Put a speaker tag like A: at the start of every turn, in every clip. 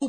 A: O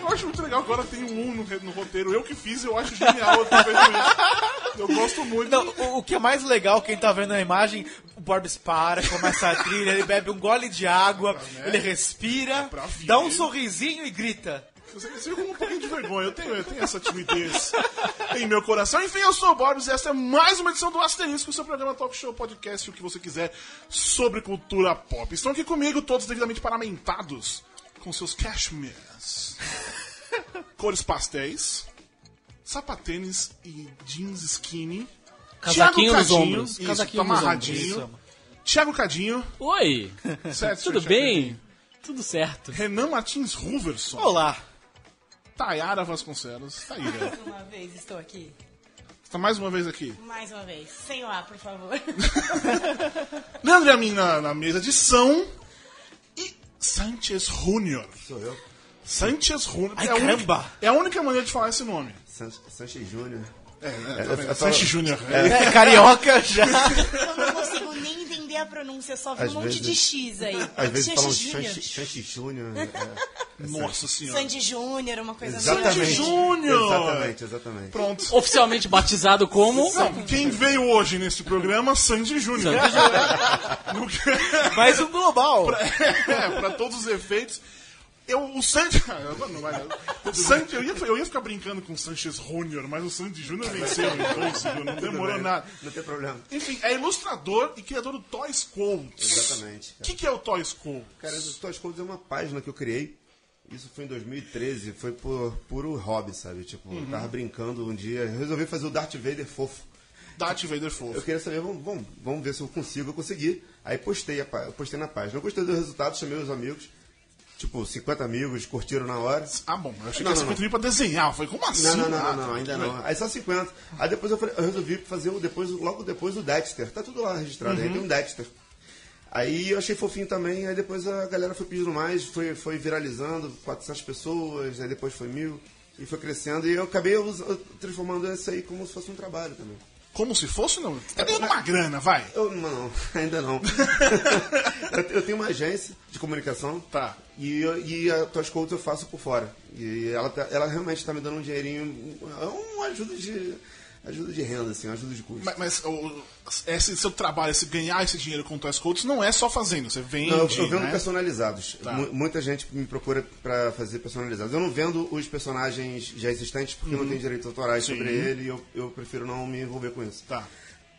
B: Eu acho muito legal, agora tem um no, no roteiro. Eu que fiz, eu acho genial. Eu, tô vendo isso. eu gosto muito.
C: Não, o, o que é mais legal, quem tá vendo a imagem, o Borbs para, começa a trilha, ele bebe um gole de água, ele respira,
B: Pra ver.
C: dá um sorrisinho e grita.
B: Você você com um pouquinho de vergonha, eu tenho, eu tenho essa timidez em meu coração. Enfim, eu sou o Borbs e esta é mais uma edição do Asterisco, seu programa talk show, podcast, o que você quiser sobre cultura pop. Estão aqui comigo, todos devidamente paramentados, com seus cashmeres, cores pastéis, sapatênis e jeans skinny.
D: Casaquinho
B: Thiago
D: nos
B: Cadinho,
D: ombros.
B: isso,
D: Casaquinho
B: tá
D: nos
B: amarradinho.
C: ombros.
B: Thiago Cadinho,
D: Oi,
B: certo?
D: tudo
B: senhor Thiago Cadinho?
D: bem? Tudo certo.
B: Renan Martins Ruverson.
C: Olá.
B: Tayara Vasconcelos. Tá aí, velho.
E: Mais uma vez estou aqui.
B: Tá mais uma vez aqui.
E: Mais uma vez. Sem lá, por favor.
B: Leandro Amin na, na mesa de São e Sanchez Júnior.
F: Sou eu,
B: Sanchez Júnior.
C: Ai,
B: a única-
C: caramba!
B: é a única maneira de falar esse nome.
F: San- Sanches Júnior.
B: É,
F: É, eu-
B: é,
F: eu
B: Sanchez
F: falo-
B: Júnior. É.
C: É, carioca já.
E: Eu não consigo nem entender a pronúncia, só vi
F: Às
E: um
F: vezes-
E: monte de X aí.
F: Às vezes falam
E: Sanji Júnior.
F: Sanches Sanches Júnior. é, é
B: Nossa senhora.
E: Sandy Júnior, uma coisa
F: Exatamente.
E: assim.
B: Júnior!
F: Exatamente, exatamente.
B: Pronto.
D: Oficialmente batizado como.
B: Não, quem veio hoje nesse programa, Sandy Júnior.
D: Sandy
B: Não-
C: Mais um global.
D: Ah,
B: é, pra todos os efeitos. Eu, o Sandy. Ah, eu- não vai, o Sandy eu, ia, eu ia ficar brincando com o Sanchez Júnior, mas o Sandy Júnior venceu os dois, senhor, não
F: Tudo
B: demorou
F: bem,
B: nada.
F: Não tem problema.
B: Enfim, é ilustrador e criador do Toy Scouts.
F: Exatamente.
B: O que, que é o Toy School?
F: Cara, o Toys Codes é uma página que eu criei. Isso foi em 2013, foi por puro hobby, sabe? Tipo, eu tava
B: Uhum.
F: brincando um dia, resolvi fazer o Darth Vader fofo.
B: Darth Vader
F: Eu
B: fofo.
F: queria saber, vamos, vamos, vamos ver se eu consigo, eu consegui. Aí postei, a pá- eu postei na página. Eu gostei do resultado, chamei os amigos. Tipo, 50 amigos, curtiram na hora.
B: Ah, bom, eu achei
F: Não,
B: que era
F: não,
B: 50 mil pra desenhar. Foi como assim?
F: Não, não, não,
B: Ah,
F: não, não,
B: tá,
F: ainda
B: tudo
F: não. Aí só 50. Aí depois eu, falei, eu resolvi fazer o depois, logo depois o Dexter. Tá tudo lá registrado, aí tem um Dexter. Aí eu achei fofinho também, aí depois a galera foi pedindo mais, foi, foi viralizando, 400 pessoas, aí depois foi mil, e foi crescendo, e eu acabei us- transformando isso aí como se fosse um trabalho também.
B: bem. Como se fosse, não. Tá ganhando uma grana, vai.
F: Eu não, ainda não. eu, eu tenho uma agência de comunicação.
B: Tá.
F: E, eu- e a Toys Codes eu faço por fora. E ela, tá- ela realmente está me dando um dinheirinho, um- uma ajuda de, ajuda de renda, assim, uma ajuda de custo.
B: Mas, mas o- esse seu trabalho, esse ganhar esse dinheiro com o Toy Scouts, não é só fazendo. Você vende,
F: Não, eu, eu vendo
B: né?
F: personalizados. Mu- Muita gente me procura para fazer personalizados. Eu não vendo os personagens já existentes porque não tem direitos autorais
B: Uhum. Sim.
F: sobre ele e eu, eu prefiro não me envolver com isso.
B: Tá.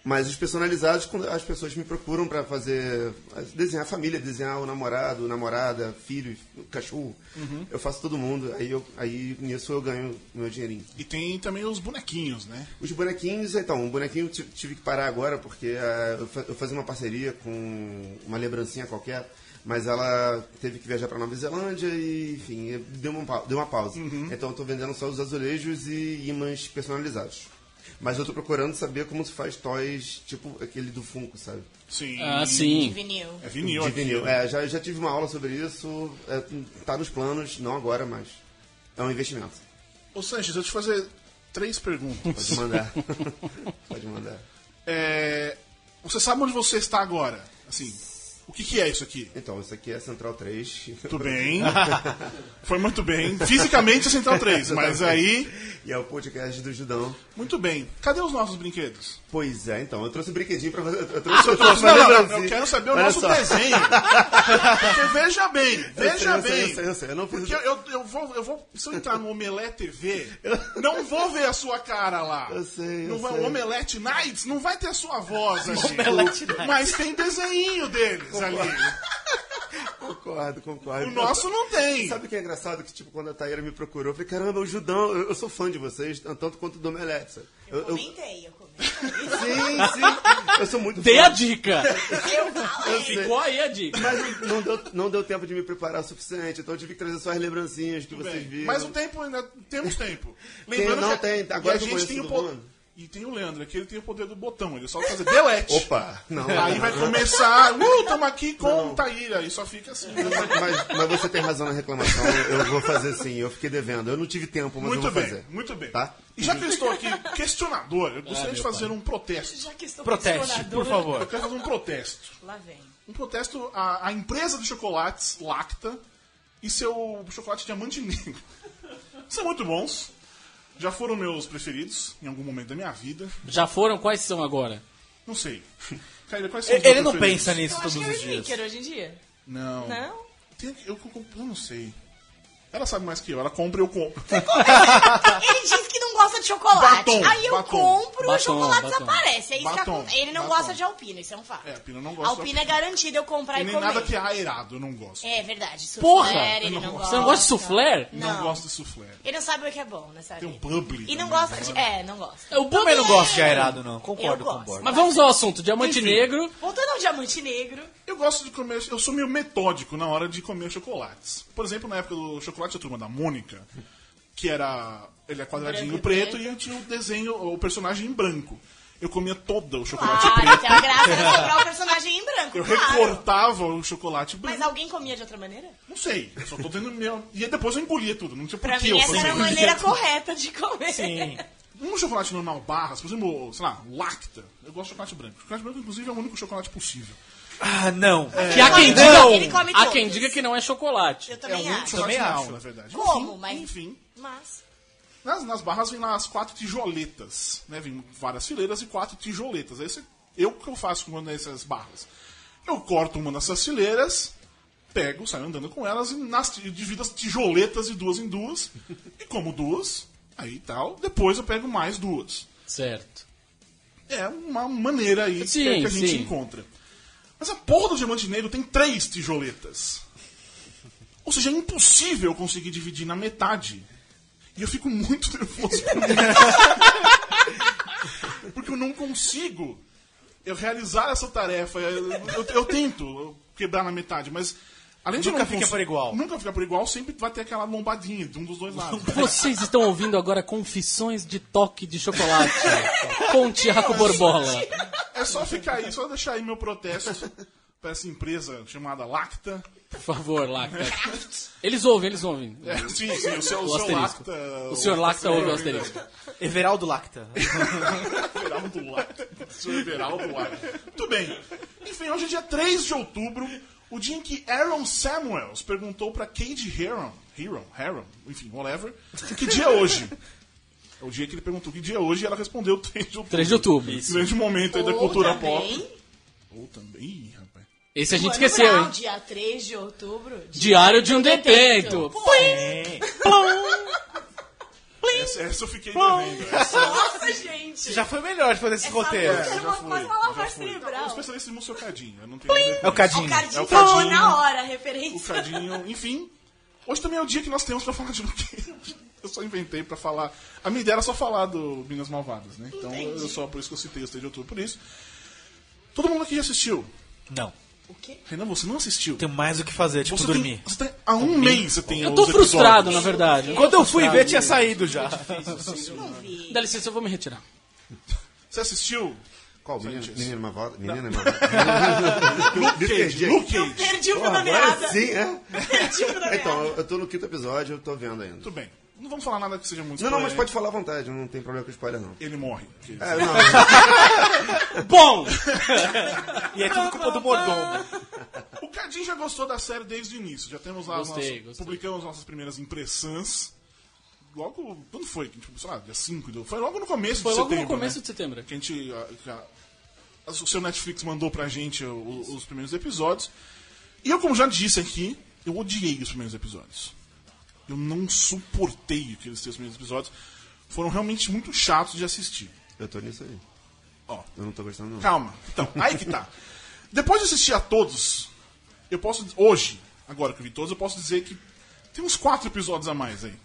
F: Mas os personalizados, quando as pessoas me procuram para fazer. desenhar a família, desenhar o namorado, namorada, filho, cachorro.
B: Uhum.
F: Eu faço todo mundo, aí, eu, aí nisso eu ganho meu dinheirinho.
B: E tem também os bonequinhos, né?
F: Os bonequinhos, então, um bonequinho eu ti- tive que parar agora porque ah, eu fa- eu fazia uma parceria com uma lembrancinha qualquer, mas ela teve que viajar para Nova Zelândia e, enfim, deu uma, pau- deu uma pausa. Então eu tô vendendo só os azulejos e imãs personalizados. Mas eu tô procurando saber como se faz toys, tipo aquele do Funko, sabe?
B: Sim.
D: Ah,
E: De
D: sim.
E: vinil.
B: É vinil.
F: de
B: aqui.
F: vinil. É, já, já tive uma aula sobre isso, é, tá nos planos, não agora, mas é um investimento.
B: Ô, Sanches, eu te fazer três perguntas.
F: Pode mandar. Pode mandar.
B: É, você sabe onde você está agora? Assim, o que, que é isso aqui?
F: Então, isso aqui é Central 3.
B: Muito bem. Foi muito bem. Fisicamente é Central 3, mas aí.
F: E é o podcast do Judão.
B: Muito bem. Cadê os nossos brinquedos?
F: Pois é, então, eu trouxe um brinquedinho pra você. Eu trouxe, eu
B: Não,
F: trouxe
B: não,
F: uma
B: não,
F: lembrancinha.
B: Ah, eu quero saber o
F: é Olha
B: nosso
F: só.
B: desenho. Porque veja bem,
F: Eu sei,
B: veja
F: eu sei,
B: bem.
F: eu sei, eu sei, eu não fiz-
B: Porque eu, eu vou, eu vou. Se eu entrar no Omelete TV, não vou ver a sua cara lá.
F: Eu sei, eu
B: não vai,
F: sei.
B: O Omelete Nights não vai ter a sua voz aqui.
D: Omelete Nights.
B: Mas tem desenho deles ali.
F: Concordo, concordo.
B: O nosso não tem.
F: Sabe o que é engraçado? Que, tipo, quando a Taíra me procurou, eu falei, caramba, o Judão, eu, eu sou fã de vocês, tanto quanto do Omelete. sabe? Eu, eu- sim,
E: Comentei, eu comentei.
F: sim, eu sou muito
D: Dei
F: fã.
D: a dica!
E: Eu falei.
D: Ficou aí a dica.
F: Mas não deu, não deu tempo de me preparar o suficiente, então eu tive que trazer só as lembrancinhas que vocês
B: Bem, um
F: viram.
B: Mas o tempo ainda. Temos tempo.
F: Tem, não
B: que a-
F: tem, agora
B: e a
F: que eu
B: gente
F: conheço
B: tem o
F: todo
B: po-
F: mundo.
B: E tem o Leandro, aqui ele tem o poder do botão, ele só fazer delete.
F: Opa! Não,
B: Aí vai começar, uh, tamo aqui com Taíra, e só fica assim.
F: Mas, mas você tem razão na reclamação, eu vou fazer sim, eu fiquei devendo. Eu não tive tempo, mas eu
B: Muito
F: vou
B: bem,
F: fazer.
B: muito bem.
F: Tá? É,
B: E já que eu estou aqui questionador, eu gostaria de
D: meu
B: fazer um protesto.
E: Já que estou
C: Proteste,
E: questionadora,
C: por
B: Eu
C: favor.
B: quero fazer um protesto.
E: Lá vem.
B: Um protesto à, à empresa de chocolates, Lacta, e seu chocolate diamante negro. São muito bons. Já foram meus preferidos em algum momento da minha vida.
D: Já foram? Quais são agora?
B: Não sei. Caíra, quais são os
C: Ele
B: meus
C: não
B: preferidos?
C: pensa
E: Eu
C: nisso
E: acho
C: todos
E: que era
C: os dias.
E: sneaker é hoje em dia.
B: Não.
E: Não?
B: Tem- eu, eu- eu não sei. Ela sabe mais que eu. Ela compra e eu compro.
E: Ele diz que não gosta de chocolate.
B: Batom,
E: aí eu
B: batom.
E: compro e o
D: Batom,
E: chocolate
D: batom.
E: desaparece. É isso que
B: Batom,
E: acontece. Ele não
B: batom.
E: gosta de alpina, isso é um fato.
B: É, a Pina não
E: A
B: gosta.
E: alpina é garantido eu comprar
B: E
E: e,
B: nem
E: comer.
B: nada que é aerado, eu não gosto.
E: É verdade. Soufflé,
D: Porra!
E: ele não, gosta.
D: Você não gosta de soufflé?
B: Não,
E: Não.
B: gosto de soufflé.
E: Ele não sabe o que é bom nessa
B: Tem um
E: vida.
B: publi.
E: E não
B: também,
E: gosta
B: né?
E: de... É, não gosta.
D: Eu
C: Também não gosto de aerado, não. Concordo,
E: Eu gosto.
C: concordo.
D: Mas vamos ao assunto. Diamante negro.
E: Voltando ao diamante negro,
B: Eu gosto de comer. Eu sou meio metódico na hora de comer chocolates. Por exemplo, na época do chocolate da turma da Mônica, que era. Ele é quadradinho
E: Branco e
B: preto,
E: preto.
B: e eu tinha o desenho, o personagem em branco. Eu comia todo o chocolate
E: claro,
B: preto.
E: tem é a graça de sobrar o personagem em branco,
B: Eu
E: claro.
B: recortava o chocolate branco.
E: Mas alguém comia de outra maneira?
B: Não sei. eu Só tô tendo meu. E aí depois eu engolia tudo. Não tinha por
E: Pra
B: que
E: mim,
B: eu
E: essa
B: fazer
E: era a
B: isso.
E: maneira correta de comer.
C: Sim.
B: Um chocolate normal barras, por exemplo, sei lá, lacta. Eu gosto de chocolate branco. Chocolate branco, inclusive, é o único chocolate possível.
C: Ah, não.
D: Que há quem
E: Ele
D: diga.
E: come- ele come
D: Há quem
E: todos.
D: diga que não é chocolate.
E: Eu também
B: é o único
E: acho.
B: chocolate
C: Também
B: real,
C: acho.
B: na verdade.
E: Ah, Como,
B: Enfim,
E: mas-
B: Enfim,
E: Mas,
B: nas, nas barras vem lá as quatro tijoletas, né? Vem várias fileiras e quatro tijoletas. Aí você, eu o que eu faço com uma dessas barras? Eu corto uma dessas fileiras, pego, saio andando com elas e nas, ti- divido as tijoletas de duas em duas e como duas, aí tal. Depois eu pego mais duas.
D: Certo.
B: É uma maneira aí
D: Sim,
B: que, que a gente
D: sim.
B: encontra. Mas a porra do diamante negro tem três tijoletas. Ou seja, é impossível eu conseguir dividir na metade. E eu fico muito nervoso com isso. Porque eu não consigo eu realizar essa tarefa. Eu, eu- eu tento quebrar na metade, mas. Além de eu
C: Nunca
B: não
C: fica
B: cons-
C: por igual.
B: Nunca fica por igual, sempre vai ter aquela lombadinha de um dos dois lados.
D: Vocês estão ouvindo agora Confissões de Toque de Chocolate com Tiago Borbola.
B: É só ficar aí, só deixar aí meu protesto pra essa empresa chamada Lacta.
D: Por favor, Lacta. Eles ouvem, eles ouvem.
B: É, sim, sim, o seu,
D: O
B: o seu
D: asterisco.
B: Lacta.
D: O senhor Lacta ouve o asterisco.
C: Everaldo Lacta.
B: Everaldo Lacta. O senhor Everaldo Lacta. Muito bem. Enfim, hoje é dia 3 de outubro, o dia em que Aaron Samuels perguntou pra Cade Heron, Heron, Heron, enfim, whatever, que dia é hoje. É o dia que ele perguntou que dia é hoje e ela respondeu 3 de outubro.
D: 3 de outubro.
B: Grande momento aí da
E: ou
B: cultura
E: também,
B: pop. Ou também, Ih, rapaz.
D: Esse a gente
E: Mano
D: esqueceu,
E: Brown,
D: hein?
E: dia 3 de outubro.
D: Diário de um detento.
B: Essa, essa eu fiquei devendo. Essa
E: Nossa, gente.
C: Já foi melhor depois desse roteiro.
E: É uma, quase uma lavagem
B: Eu
E: cerebral.
B: sou É um especialista em mussocadinho, eu não tenho nada a ver
C: É
B: com isso.
E: é
C: o
E: O
C: Cadinho.
B: É o
E: Cardinho
B: Cadinho.
E: falou na hora a
B: O
E: referência.
B: cadinho, enfim. Hoje também é o dia que nós temos pra falar de roteiro. Eu só inventei pra falar. A minha ideia era só falar do Minas Malvadas, né? Então eu só por isso que eu citei o 3 de outubro, por isso. Todo mundo aqui já assistiu.
C: Não.
E: O quê?
B: Renan, você não assistiu.
C: Tenho mais o que fazer, tipo
B: você
C: dormir.
B: Tem, você tem, há um mês você tem
D: Eu tô
B: os
D: frustrado, É
B: episódios.
D: na verdade.
C: Quando eu fui ver, tinha saído já.
E: Não vi.
D: Dá licença, eu vou me retirar.
B: Você assistiu?
F: Qual? Menino,
B: Sanchez.
F: menino Mavota? Menina Mavota?
B: Luke Cage.
F: perdi.
B: Luke Cage. Tipo
E: Perdi o fio da meada.
F: Agora sim, é?
E: Perdi o fio da meada.
F: Então, eu- eu tô no quinto episódio, eu tô vendo ainda.
B: Tudo bem. Não vamos falar nada que seja muito
F: Não, não, mas
B: spoiler,
F: pode falar à vontade, não tem problema com spoiler, não.
B: né? Ele morre.
F: É, não,
D: Bom!
C: E é tudo culpa do mordomo.
B: O Cadinho já gostou da série desde o início. Já temos lá
D: Gostei,
B: as nossas,
D: gostei.
B: publicamos nossas primeiras impressões. Logo, quando foi? Tipo, sei lá, dia 5, de- foi logo no começo
D: Foi
B: de
D: logo
B: setembro.
D: no começo
B: né?
D: de setembro.
B: Que a gente a- que a- as- o seu Netflix mandou pra gente o- o- os primeiros episódios. E eu, como já disse aqui, eu odiei os primeiros episódios. Eu não suportei aqueles três primeiros episódios. Foram realmente muito chatos de assistir.
F: eu tô nisso aí.
B: Ó,
F: Eu não tô gostando, não.
B: Calma. Então, aí que tá. Depois de assistir a todos, eu posso. Hoje, agora que eu vi todos, eu posso dizer que tem uns quatro episódios a mais aí.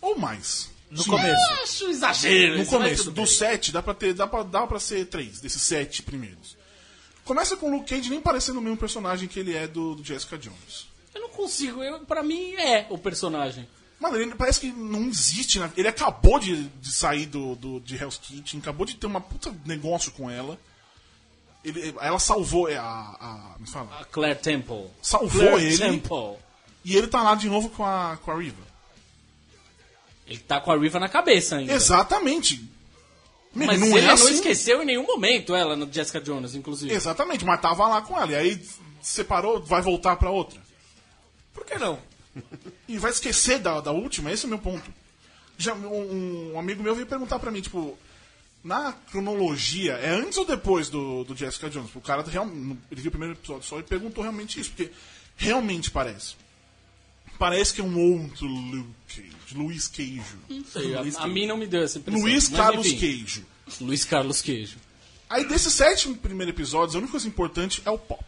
B: Ou mais.
C: No
B: Sim.
C: começo.
D: Acho exagero.
B: No
D: É, isso, mas
B: começo,
D: tudo
B: dos
D: bem.
B: sete, dá pra, ter, dá, pra, dá pra ser três, desses sete primeiros. Começa com o Luke Cage nem parecendo o mesmo personagem que ele é do, do Jessica Jones.
D: Eu não consigo, eu, pra mim é o personagem.
B: Mano, ele parece que não existe. Né? Ele acabou de, de sair do, do- de Hell's Kitchen, acabou de ter uma puta negócio com ela. Ele, ela salvou é, a, a- Me fala.
D: A Claire Temple.
B: Salvou
D: Claire
B: ele.
D: Temple.
B: E ele tá lá de novo com a, com a Riva.
D: Então. Ele tá com a Riva na cabeça ainda.
B: Exatamente. Meu,
D: Mas ele é não
B: assim.
D: esqueceu em nenhum momento ela no Jessica Jones, inclusive.
B: Exatamente, mas tava lá com ela. E aí separou, vai voltar pra outra.
C: Por que não?
B: E vai esquecer da, da última, esse é o meu ponto. Já, um, um amigo meu veio perguntar pra mim, tipo, na cronologia, é antes ou depois do, do Jessica Jones? O cara real, ele viu o primeiro episódio só e perguntou realmente isso, porque realmente parece. Parece que é um outro Luke Cage, Luiz Queijo.
D: Não sei, a, a mim não me deu essa impressão.
B: Luiz
D: mas
B: Carlos
D: enfim.
B: Queijo.
D: Luiz Carlos Queijo.
B: Aí desses sete primeiros episódios, a única coisa importante é o pop.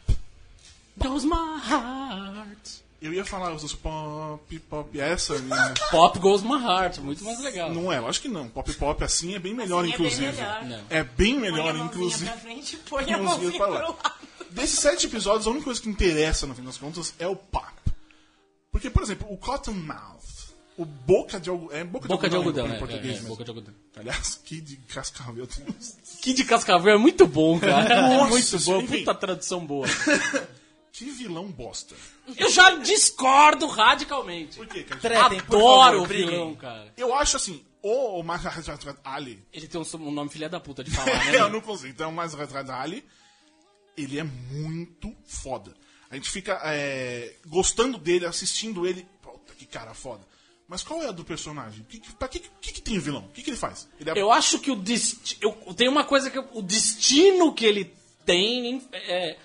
D: Goes my heart.
B: Eu ia falar os pop, pop, essa é a minha.
D: Pop Goes My Heart, muito mais legal.
B: Não é, lógico que não. Pop pop assim é bem melhor,
E: Assim é bem
B: inclusive.
E: melhor.
D: Não.
B: É bem
E: Põe a
B: melhor,
E: mãozinha
B: inclusive.
E: pra frente e põe a
B: Uns dias
E: mãozinha
B: pra
E: pro
B: lá.
E: lado.
B: Desses sete episódios, a única coisa que interessa, no fim das contas, é o pop. Porque, por exemplo, o Cottonmouth, o Boca de Algodão. É Boca,
D: Boca de algodão,
B: em
E: né?
D: é, é,
B: português
D: é,
B: mesmo.
D: boca de algodão.
B: Aliás, que de cascavel.
D: Kid Cascavel é muito bom, cara.
B: Nossa
D: é muito bom,
B: senhora, enfim.
D: puta tradução boa.
B: que vilão bosta.
D: Eu já discordo radicalmente.
B: Por quê, cara?
C: Tretem, por
D: Adoro
C: favor,
D: o
C: briguem.
D: vilão, cara.
B: Eu acho assim, o mais Ali.
D: Ele tem um, som- um nome filha da puta de falar, né?
B: Eu não consigo. Então, mais Ali, ele é muito foda. A gente fica é, gostando dele, assistindo ele. Puta, que cara foda. Mas qual é a do personagem? Que, que, pra que, que, que tem o vilão? O que, que ele faz? Ele é
D: Eu acho que o destino. Eu... Tem uma coisa que. eu- O destino que ele tem. É,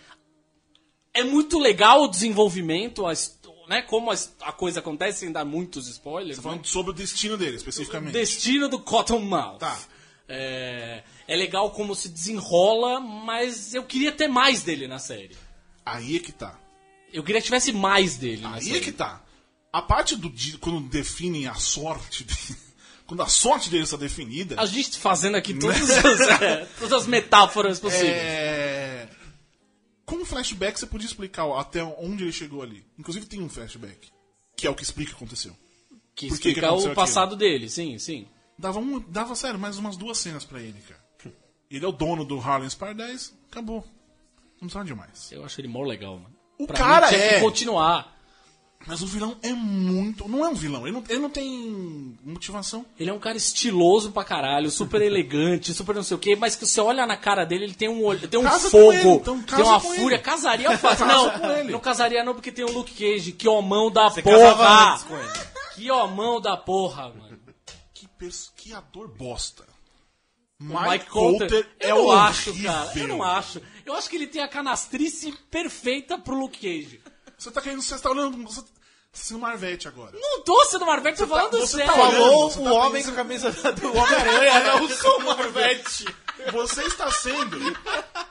D: é muito legal o desenvolvimento, a his- né? Como as- a coisa acontece, sem dar muitos spoilers.
B: Tá
D: né?
B: falando sobre o destino dele, especificamente.
D: Destino do Cottonmouth.
B: Tá.
D: É, é legal como se desenrola, mas eu queria ter mais dele na série.
B: Aí é que tá.
D: Eu queria que tivesse mais dele na
B: Aí
D: série.
B: é que tá. A parte do dia, quando definem a sorte dele, quando a sorte dele está definida,
D: A gente fazendo aqui todas as, é, todas as metáforas possíveis.
B: É... Com um flashback você podia explicar até onde ele chegou ali. Inclusive tem um flashback, que é o que explica o que aconteceu.
D: que
B: por que que
D: explica
B: aconteceu
D: o passado dele, sim, sim.
B: Dava, um, dava sério, mais umas duas cenas pra ele, cara. Ele é o dono do Harlem's Paradise, acabou. Não precisava de mais.
D: Eu acho ele mó legal, mano.
B: O
D: Pra
B: cara
D: mim, tinha
B: é.
D: que continuar.
B: Mas o vilão é muito. Não é um vilão, ele não, ele não tem motivação.
D: Ele é um cara estiloso pra caralho, super elegante, super não sei o quê, mas que você olha na cara dele, ele tem um olho, tem um
B: Casa com
D: fogo,
B: ele, então, casa
D: tem uma
B: com
D: fúria.
B: ele.
D: Casaria
B: Casa
D: fácil. não,
B: com ele.
D: não casaria não, porque tem o Luke Cage, que homão da
C: casava
D: porra!
C: antes com ele.
D: Que homão da porra, mano.
B: Que pesquiador bosta.
D: O
B: Mike, Coulter, é
D: eu não
B: o
D: acho, cara. Eu não acho. Eu acho que ele tem a canastrice perfeita pro Luke Cage.
B: Você tá querendo. Você tá olhando. Você tá sendo Marvete agora.
D: Não tô sendo Um Marvete, tô falando
B: você tá
D: sério.
C: Falou
B: Você tá
C: o homem
B: pensando-
C: com a camisa do Homem-Aranha, não sou Marvete.
B: Você está sendo.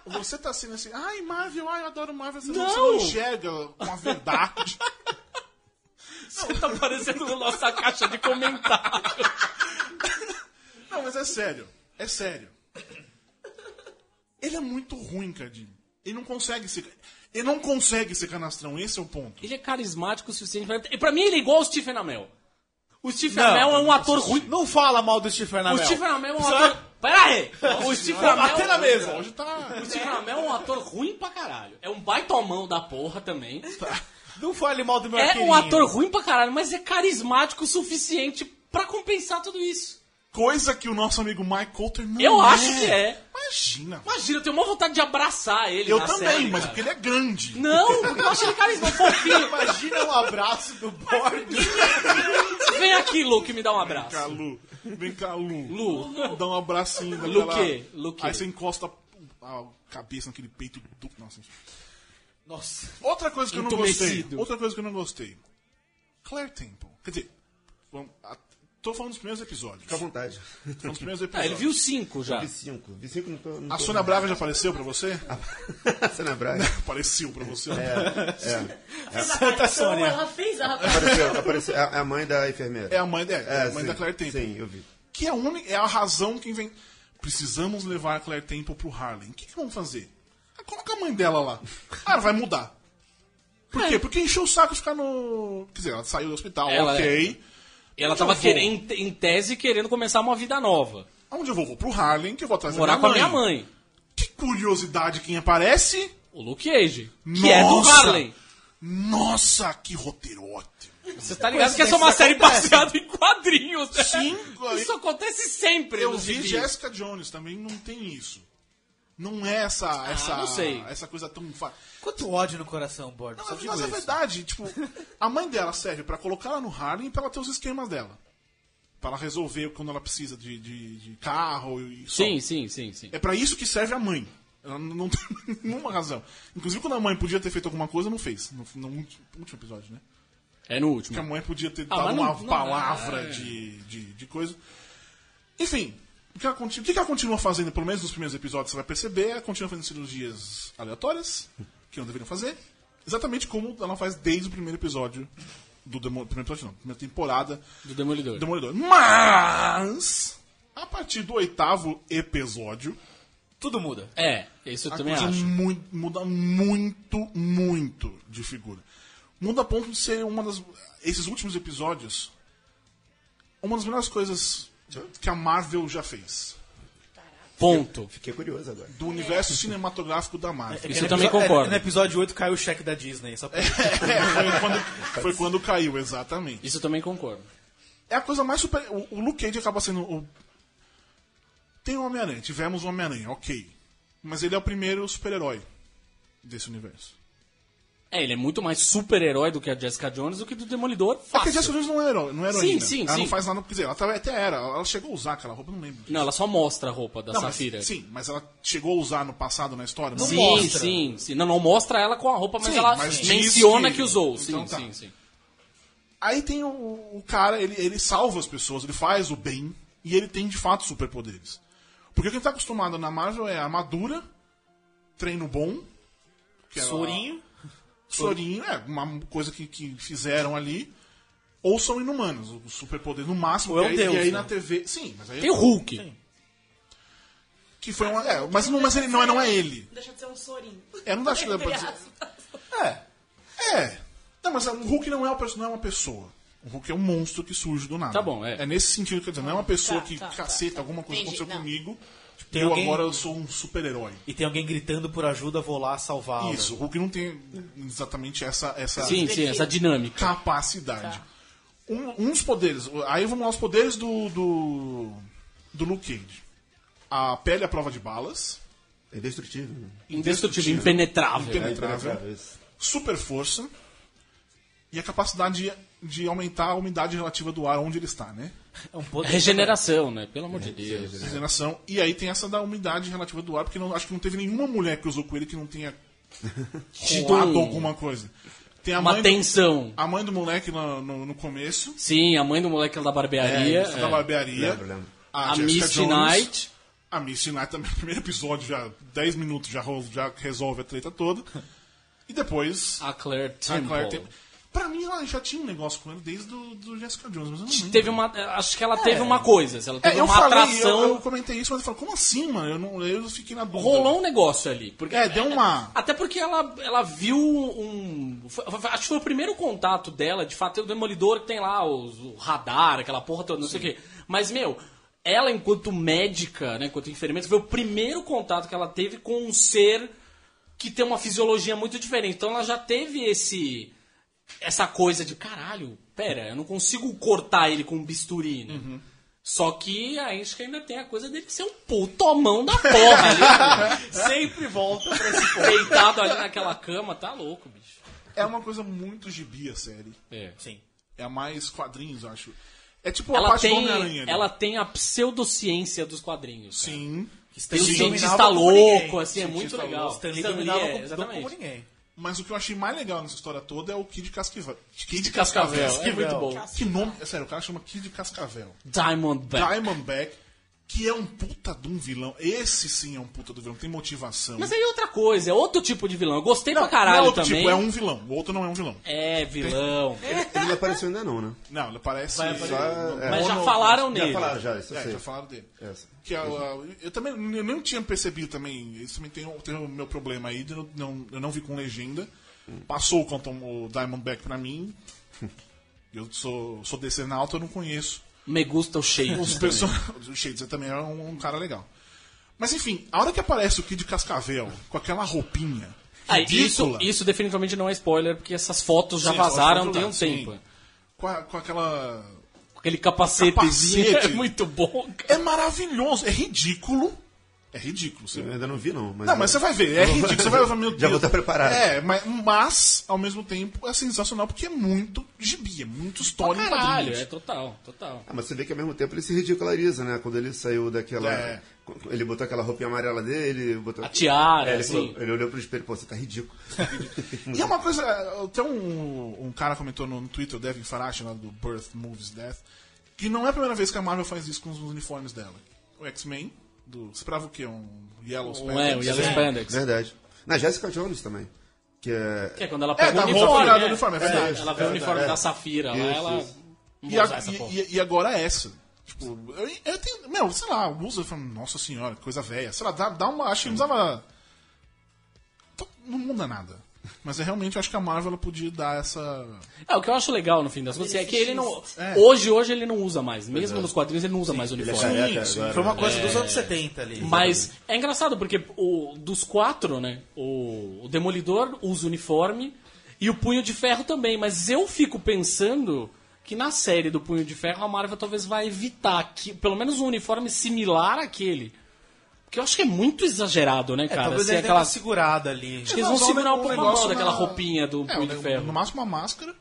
B: Você está sendo assim. Ai, Marvel, ai, eu adoro Marvel. Você não,
D: Não.
B: você não enxerga uma verdade.
D: Você tá parecendo a nossa caixa de comentário.
B: Não, mas é sério. É sério. Ele é muito ruim, Cadinho. Ele não consegue ser. Ele não consegue ser canastrão, esse é o ponto.
D: Ele é carismático o suficiente pra... E pra mim ele é igual ao Stephen Amell. O Stephen
C: Não,
D: Amell é um ator ruim.
C: Não fala mal do Stephen
D: O
C: Amell.
D: Stephen Amell é um
C: Sabe?
D: ator... Pera aí! O Stephen Amell...
C: Bater na mesa.
B: Hoje tá.
D: O Stephen Amell é um ator ruim pra caralho. É um baitomão da porra também.
C: Não fale mal do meu
D: É
C: arqueirinho.
D: um ator ruim pra caralho, mas é carismático o suficiente pra compensar tudo isso.
B: Coisa que o nosso amigo Mike Coulter não
D: Eu
B: é.
D: acho que é.
B: Imagina.
D: Imagina, eu tenho uma vontade de abraçar ele
C: tá
B: Eu
D: na
B: também,
D: série,
B: mas
D: cara.
B: porque ele é grande.
D: Não, porque eu acho ele carismático, fofinho.
C: Imagina um abraço do Borg.
D: Vem aqui, Luke, me dá um abraço.
B: Vem cá, Lu. Vem cá, Lu.
D: Lu.
B: Dá um abracinho daquela...
D: Lu quê? Lu quê?
B: Aí você encosta a cabeça naquele peito do... Nossa, enfim.
C: Nossa.
B: Outra coisa que eu não gostei.
D: Entumecido.
B: Outra coisa que eu não gostei. Claire Temple. Quer dizer, vamos, a- tô falando dos primeiros episódios.
F: Fica à vontade.
B: Tô falando dos primeiros
D: Ah,
B: episódios.
D: ele viu cinco já.
F: Vi 5. Vi 5 não tô. Não
B: A
F: tô-
B: Sônia Braga já apareceu pra você?
F: A Sônia Braga. É,
B: Apareceu pra você.
C: Santa
E: Então,
C: Sônia.
E: Ela fez a rapaz.
F: Apareceu, apareceu. É é a mãe da enfermeira.
B: É a mãe, dela, é, a mãe
F: sim,
B: da Claire Temple.
F: Sim, eu vi.
B: Que é a, única, é a razão que vem. Precisamos levar a Claire Temple pro Harlem. O que, que vão fazer? Ah, Coloca a mãe dela lá. Ah, vai mudar. Por quê? Porque encheu o saco de ficar no. Quer dizer, ela saiu do hospital,
D: Ela é.
B: ok.
D: Ela
B: Onde Então eu
D: tava
B: vou?
D: querendo, em tese querendo começar uma vida nova.
B: Aonde eu vou? Vou pro Harlem, que eu vou atrás da
D: Morar com a minha mãe.
B: Que curiosidade quem aparece.
D: O Luke Cage. Que é do
B: Nossa!
D: Harlem.
B: Nossa, que roteiro ótimo.
D: Você tá ligado que essa é uma série baseada em quadrinhos. né?
B: Sim,
D: Isso acontece sempre.
B: Eu
D: nos
B: vi
D: gibis.
B: Jessica Jones também, não tem isso. Não é essa essa
D: Ah, não sei.
B: essa coisa tão fa...
C: Quanto ódio no coração, Borges.
B: Não,
C: Só
B: mas,
C: digo
B: mas é
C: isso.
B: verdade, tipo, a mãe dela serve pra colocar ela no Harlem e pra ela ter os esquemas dela. Pra ela resolver quando ela precisa de, de, de carro e som.
D: Sim, sim, sim, sim.
B: É pra isso que serve a mãe. Ela n- não tem nenhuma razão. Inclusive, quando a mãe podia ter feito alguma coisa, não fez. No, no ulti- último episódio, né?
D: É no
B: Que a
D: último.
B: mãe podia ter
D: Ah,
B: dado
D: mas não-
B: uma
D: não dá,
B: palavra
D: é.
B: de, de, de coisa. Enfim, o que, ela, conti- o que ela continua fazendo, pelo menos nos primeiros episódios, você vai perceber, ela continua fazendo cirurgias aleatórias, que não deveriam fazer. Exatamente como ela faz desde o primeiro episódio do Demo- primeiro episódio, não, primeira temporada
D: Do Demolidor.
B: do Demolidor. Mas, a partir do oitavo episódio,
C: Tudo muda.
D: É, isso eu
B: a
D: também
B: Ah, coisa
D: acho.
B: mui- muda muito, muito de figura. Muda a ponto de ser uma das. Esses últimos episódios. Uma das melhores coisas que a Marvel já fez.
D: Ponto.
F: Fiquei curioso agora.
B: Do universo cinematográfico da Marvel.
D: É, Isso
C: No
D: eu também
C: episódio-
D: concordo.
C: No
B: né?
C: episódio 8 caiu o cheque da Disney. Só pra...
B: É, foi, quando, foi quando caiu, exatamente.
D: Isso eu também concordo.
B: É a coisa mais super. O, o Luke Cage acaba sendo. O... Tem o Homem-Aranha, tivemos o Homem-Aranha, ok. Mas ele é o primeiro super-herói desse universo.
D: É, ele é muito mais super-herói do que a Jessica Jones do que do
B: É
D: Demolidor.
B: que a
D: Fácil.
B: Jessica Jones não é herói, não é heroína.
D: Sim, sim,
B: ela
D: sim.
B: não faz nada, quer dizer, ela até- até era, ela chegou a usar aquela roupa, não lembro.
D: Não, ela só mostra a roupa da
B: Não, mas,
D: Safira.
B: sim, mas ela chegou a usar no passado na história, não
D: sim,
B: mostra.
D: sim, sim. Não, não mostra ela com a roupa, mas
B: Sim,
D: ela
B: mas diz
D: menciona
B: que-
D: que, usou. Sim,
B: Então tá.
D: sim, sim.
B: Aí tem o, o cara, ele, ele salva as pessoas, ele faz o bem e ele tem de fato superpoderes. Porque o que ele tá acostumado na Marvel é armadura, treino bom, que é a-
C: Sorinho.
B: Sorinho, é uma coisa que, que fizeram ali. Ou são inumanos, o superpoder no máximo.
C: Ou é
B: e
C: um
B: aí,
C: deus,
B: e aí
C: né?
B: na TV. Sim, mas aí.
D: Tem o Hulk.
B: Que foi uma. é, mas, não, mas ele não é, não é ele.
E: Deixa de ser um sorinho.
B: É, não dá acho que dá pra dizer.
C: É.
B: É. Não, mas o Hulk não é, uma pessoa, não é uma pessoa. O Hulk é um monstro que surge do nada.
D: Tá bom, é.
B: É nesse sentido que eu tô dizendo. Não é uma pessoa
E: Tá,
B: que,
E: tá, tá,
B: caceta,
E: tá.
B: alguma coisa
E: Entendi,
B: aconteceu
E: não.
B: comigo. Tipo,
C: Tem
B: eu
C: alguém-
B: agora eu sou um super-herói.
C: E tem alguém gritando por ajuda, vou lá salvá-lo.
B: Isso, o Hulk não tem exatamente essa, essa
D: Sim, sim, essa dinâmica.
E: Tá.
B: capacidade. Um, uns poderes. Aí vamos lá, os poderes do, do. do Luke Cage. A pele à prova de balas.
F: É destrutível. né?
D: Indestrutível, impenetrável.
F: É
B: Impenetrável.
F: impenetrável, isso.
B: super força e a capacidade de, de aumentar a umidade relativa do ar onde ele está, né?
C: É um poder.
D: Regeneração, né? Pelo amor de Deus.
B: Regeneração. E aí tem essa da umidade relativa do ar, porque não, acho que não teve nenhuma mulher que usou com ele que não tenha
D: Tipo
B: tirado
D: um-
B: alguma coisa. Tem a
D: Uma
B: mãe
D: tensão.
B: do, a mãe do moleque no, no, no começo,
D: Sim, a mãe do moleque lá da barbearia.
B: essa da
D: é.
B: barbearia.
F: Lembro, lembro.
D: A
B: Jessica
D: Misty
B: Jones.
D: Knight.
B: A Misty Knight também, no primeiro episódio, já 10 minutos já, ro- já resolve a treta toda. E depois.
D: A Claire
B: a
D: Temple.
B: Claire tem... Pra mim, ela já tinha um negócio com ele desde do, do Jessica Jones, mas eu não lembro.
D: Teve uma, eh, acho que ela teve uma coisa. Ela teve
B: É, eu
D: uma
B: falei,
D: atração.
B: eu, eu comentei isso, mas eu falei, como assim, mano? Eu, não, eu fiquei na dúvida.
D: Rolou um negócio ali. Porque
B: É, deu uma.
D: Até porque ela, ela viu um. foi- foi- acho que foi o primeiro contato dela, de fato, é o Demolidor que tem lá os- o radar, aquela porra toda, não sei o quê. Mas, meu, ela, enquanto médica, né, enquanto enfermeira, foi o primeiro contato que ela teve com um ser que tem uma fisiologia muito diferente. Então ela já teve esse. Essa coisa de caralho, pera, eu não consigo cortar ele com um bisturi, né? Só que aí acho que ainda tem a coisa dele ser um puto mão da porra ali. né?
C: Sempre volta pra esse ponto.
D: deitado ali naquela cama, tá louco, bicho.
B: É uma coisa muito gibi a série.
D: É.
C: Sim.
B: É a mais quadrinhos, eu acho. É tipo a
D: Ela
B: parte do
D: tem,
B: Homem-Aranha. né?
D: ela tem a pseudociência dos quadrinhos. cara.
B: Sim.
D: Tem o
C: Sim.
D: cientista
C: Dominava como
D: louco,
C: ninguém.
D: assim, é muito
B: Cientista
D: legal.
B: louco.
C: Stan Lee
D: Stan Lee,
C: dominava
D: é,
C: como- como
D: exatamente.
C: ninguém.
B: Mas o que eu achei mais legal nessa história toda é o Kid Cascavel. Kid
D: Cascavel, é
C: Cascavel.
D: muito bom.
B: Que nome. É sério, o cara chama Kid Cascavel.
D: Diamondback.
B: Diamondback, que é um puta de um vilão. Esse sim é um puta do vilão, tem motivação.
D: Mas aí é outra coisa, é outro tipo de vilão. Eu gostei pra
B: Não é
D: caralho
B: outro
D: também.
B: tipo, é um vilão. O outro não é um vilão.
D: É, vilão.
F: Ele não apareceu ainda não, né?
B: Não, ele parece.
F: Só- é.
D: Mas já
B: Mono-
D: falaram nele.
F: Já falaram, já, isso eu
B: É,
F: sei.
B: já falaram dele.
F: Essa.
B: Que a- a- eu também eu nem tinha percebido também. Isso também tem, o- tem o meu problema aí. de não- Hum. não- eu não vi com legenda. Passou o Quantum o Diamondback pra mim. Eu sou, sou decenalto, eu não conheço.
D: Me gusta o cheiro.
B: Os personagens. O Shades também era um, um cara legal. Mas enfim, a hora que aparece o Kid Cascavel com aquela roupinha.
D: Ah, isso,
B: ridícula,
D: isso definitivamente não é spoiler, porque essas fotos já
B: Sim,
D: vazaram
B: elas
D: tem um
B: foram lá,
D: tempo.
B: sim. Com, a- com aquela.
D: Com Aquele capacetezinho
B: Capacete.
D: é muito bom. cara.
B: É maravilhoso, é ridículo. É ridículo. Você...
F: Eu ainda não vi, não. Mas
B: Não, mas você vai ver, é ridículo. Você vai ver, meu Deus.
F: Já vou estar preparado.
B: É, mas, mas, ao mesmo tempo, é sensacional porque é muito gibi, é muito história em
D: Caralho,
B: quadrinhos.
D: é total, total.
F: Ah, mas você vê que ao mesmo tempo ele se ridiculariza, né? Quando ele saiu daquela.
B: É.
F: Ele botou aquela roupinha amarela dele, botou.
D: A tiara,
F: É, ele,
D: assim.
F: falou- ele olhou pro espelho, pô, você tá ridículo.
B: E é uma coisa. Até um, um cara comentou no, no Twitter, o Devin Farage, lá do Birth, Movies, Death, que não é a primeira vez que a Marvel faz isso com os uniformes dela. O X-Men, do. Você esperava o quê? Um Yellow
D: Não é, o Yellow Spandex.
F: Verdade. Na Jessica Jones também. Que é.
D: Que é quando ela pega
B: dá
D: o
B: uma
D: uniforme.
B: olhada
D: né?
B: no uniforme, é
D: Ela-
B: verdade.
D: ela vê o
B: É
D: uniforme
F: verdade.
D: da Safira lá,
F: Isso,
D: ela.
F: isso.
D: Não
B: E,
D: vou
B: a-
D: usar essa
B: e-
D: porra.
B: e- e agora é essa. Tipo, eu, eu tenho. Meu, sei lá, usa. eu falo, Nossa senhora, que coisa velha. Sei lá, dá, dá uma. Acho que não precisava. Tô- Não muda nada. Mas é realmente, eu acho que a Marvel ela podia dar essa.
D: É, o que eu acho legal no fim das contas é que ele não.
B: É.
D: Hoje, hoje ele não usa mais. Mesmo nos quadrinhos ele não usa mais o
F: Ele é
D: uniforme.
F: careca
B: sim.
F: agora.
C: Foi uma coisa dos anos 70 ali.
D: Mas é engraçado porque o, dos quatro, né? O, o Demolidor usa o uniforme e o Punho de Ferro também. Mas eu fico pensando que na série do Punho de Ferro a Marvel talvez vai evitar que, pelo menos um uniforme similar àquele. Porque eu acho que é muito exagerado, né,
C: É,
D: cara?
C: talvez
D: Ser
C: ele
D: aquela-
C: aquela segurada ali.
D: Acho que eles vão
B: Não, só
D: segurar
B: um
D: um pouco a
B: negócio
D: mão daquela
B: na-
D: roupinha do
B: É,
D: Punho
B: um-
D: de Ferro.
B: No máximo, uma máscara.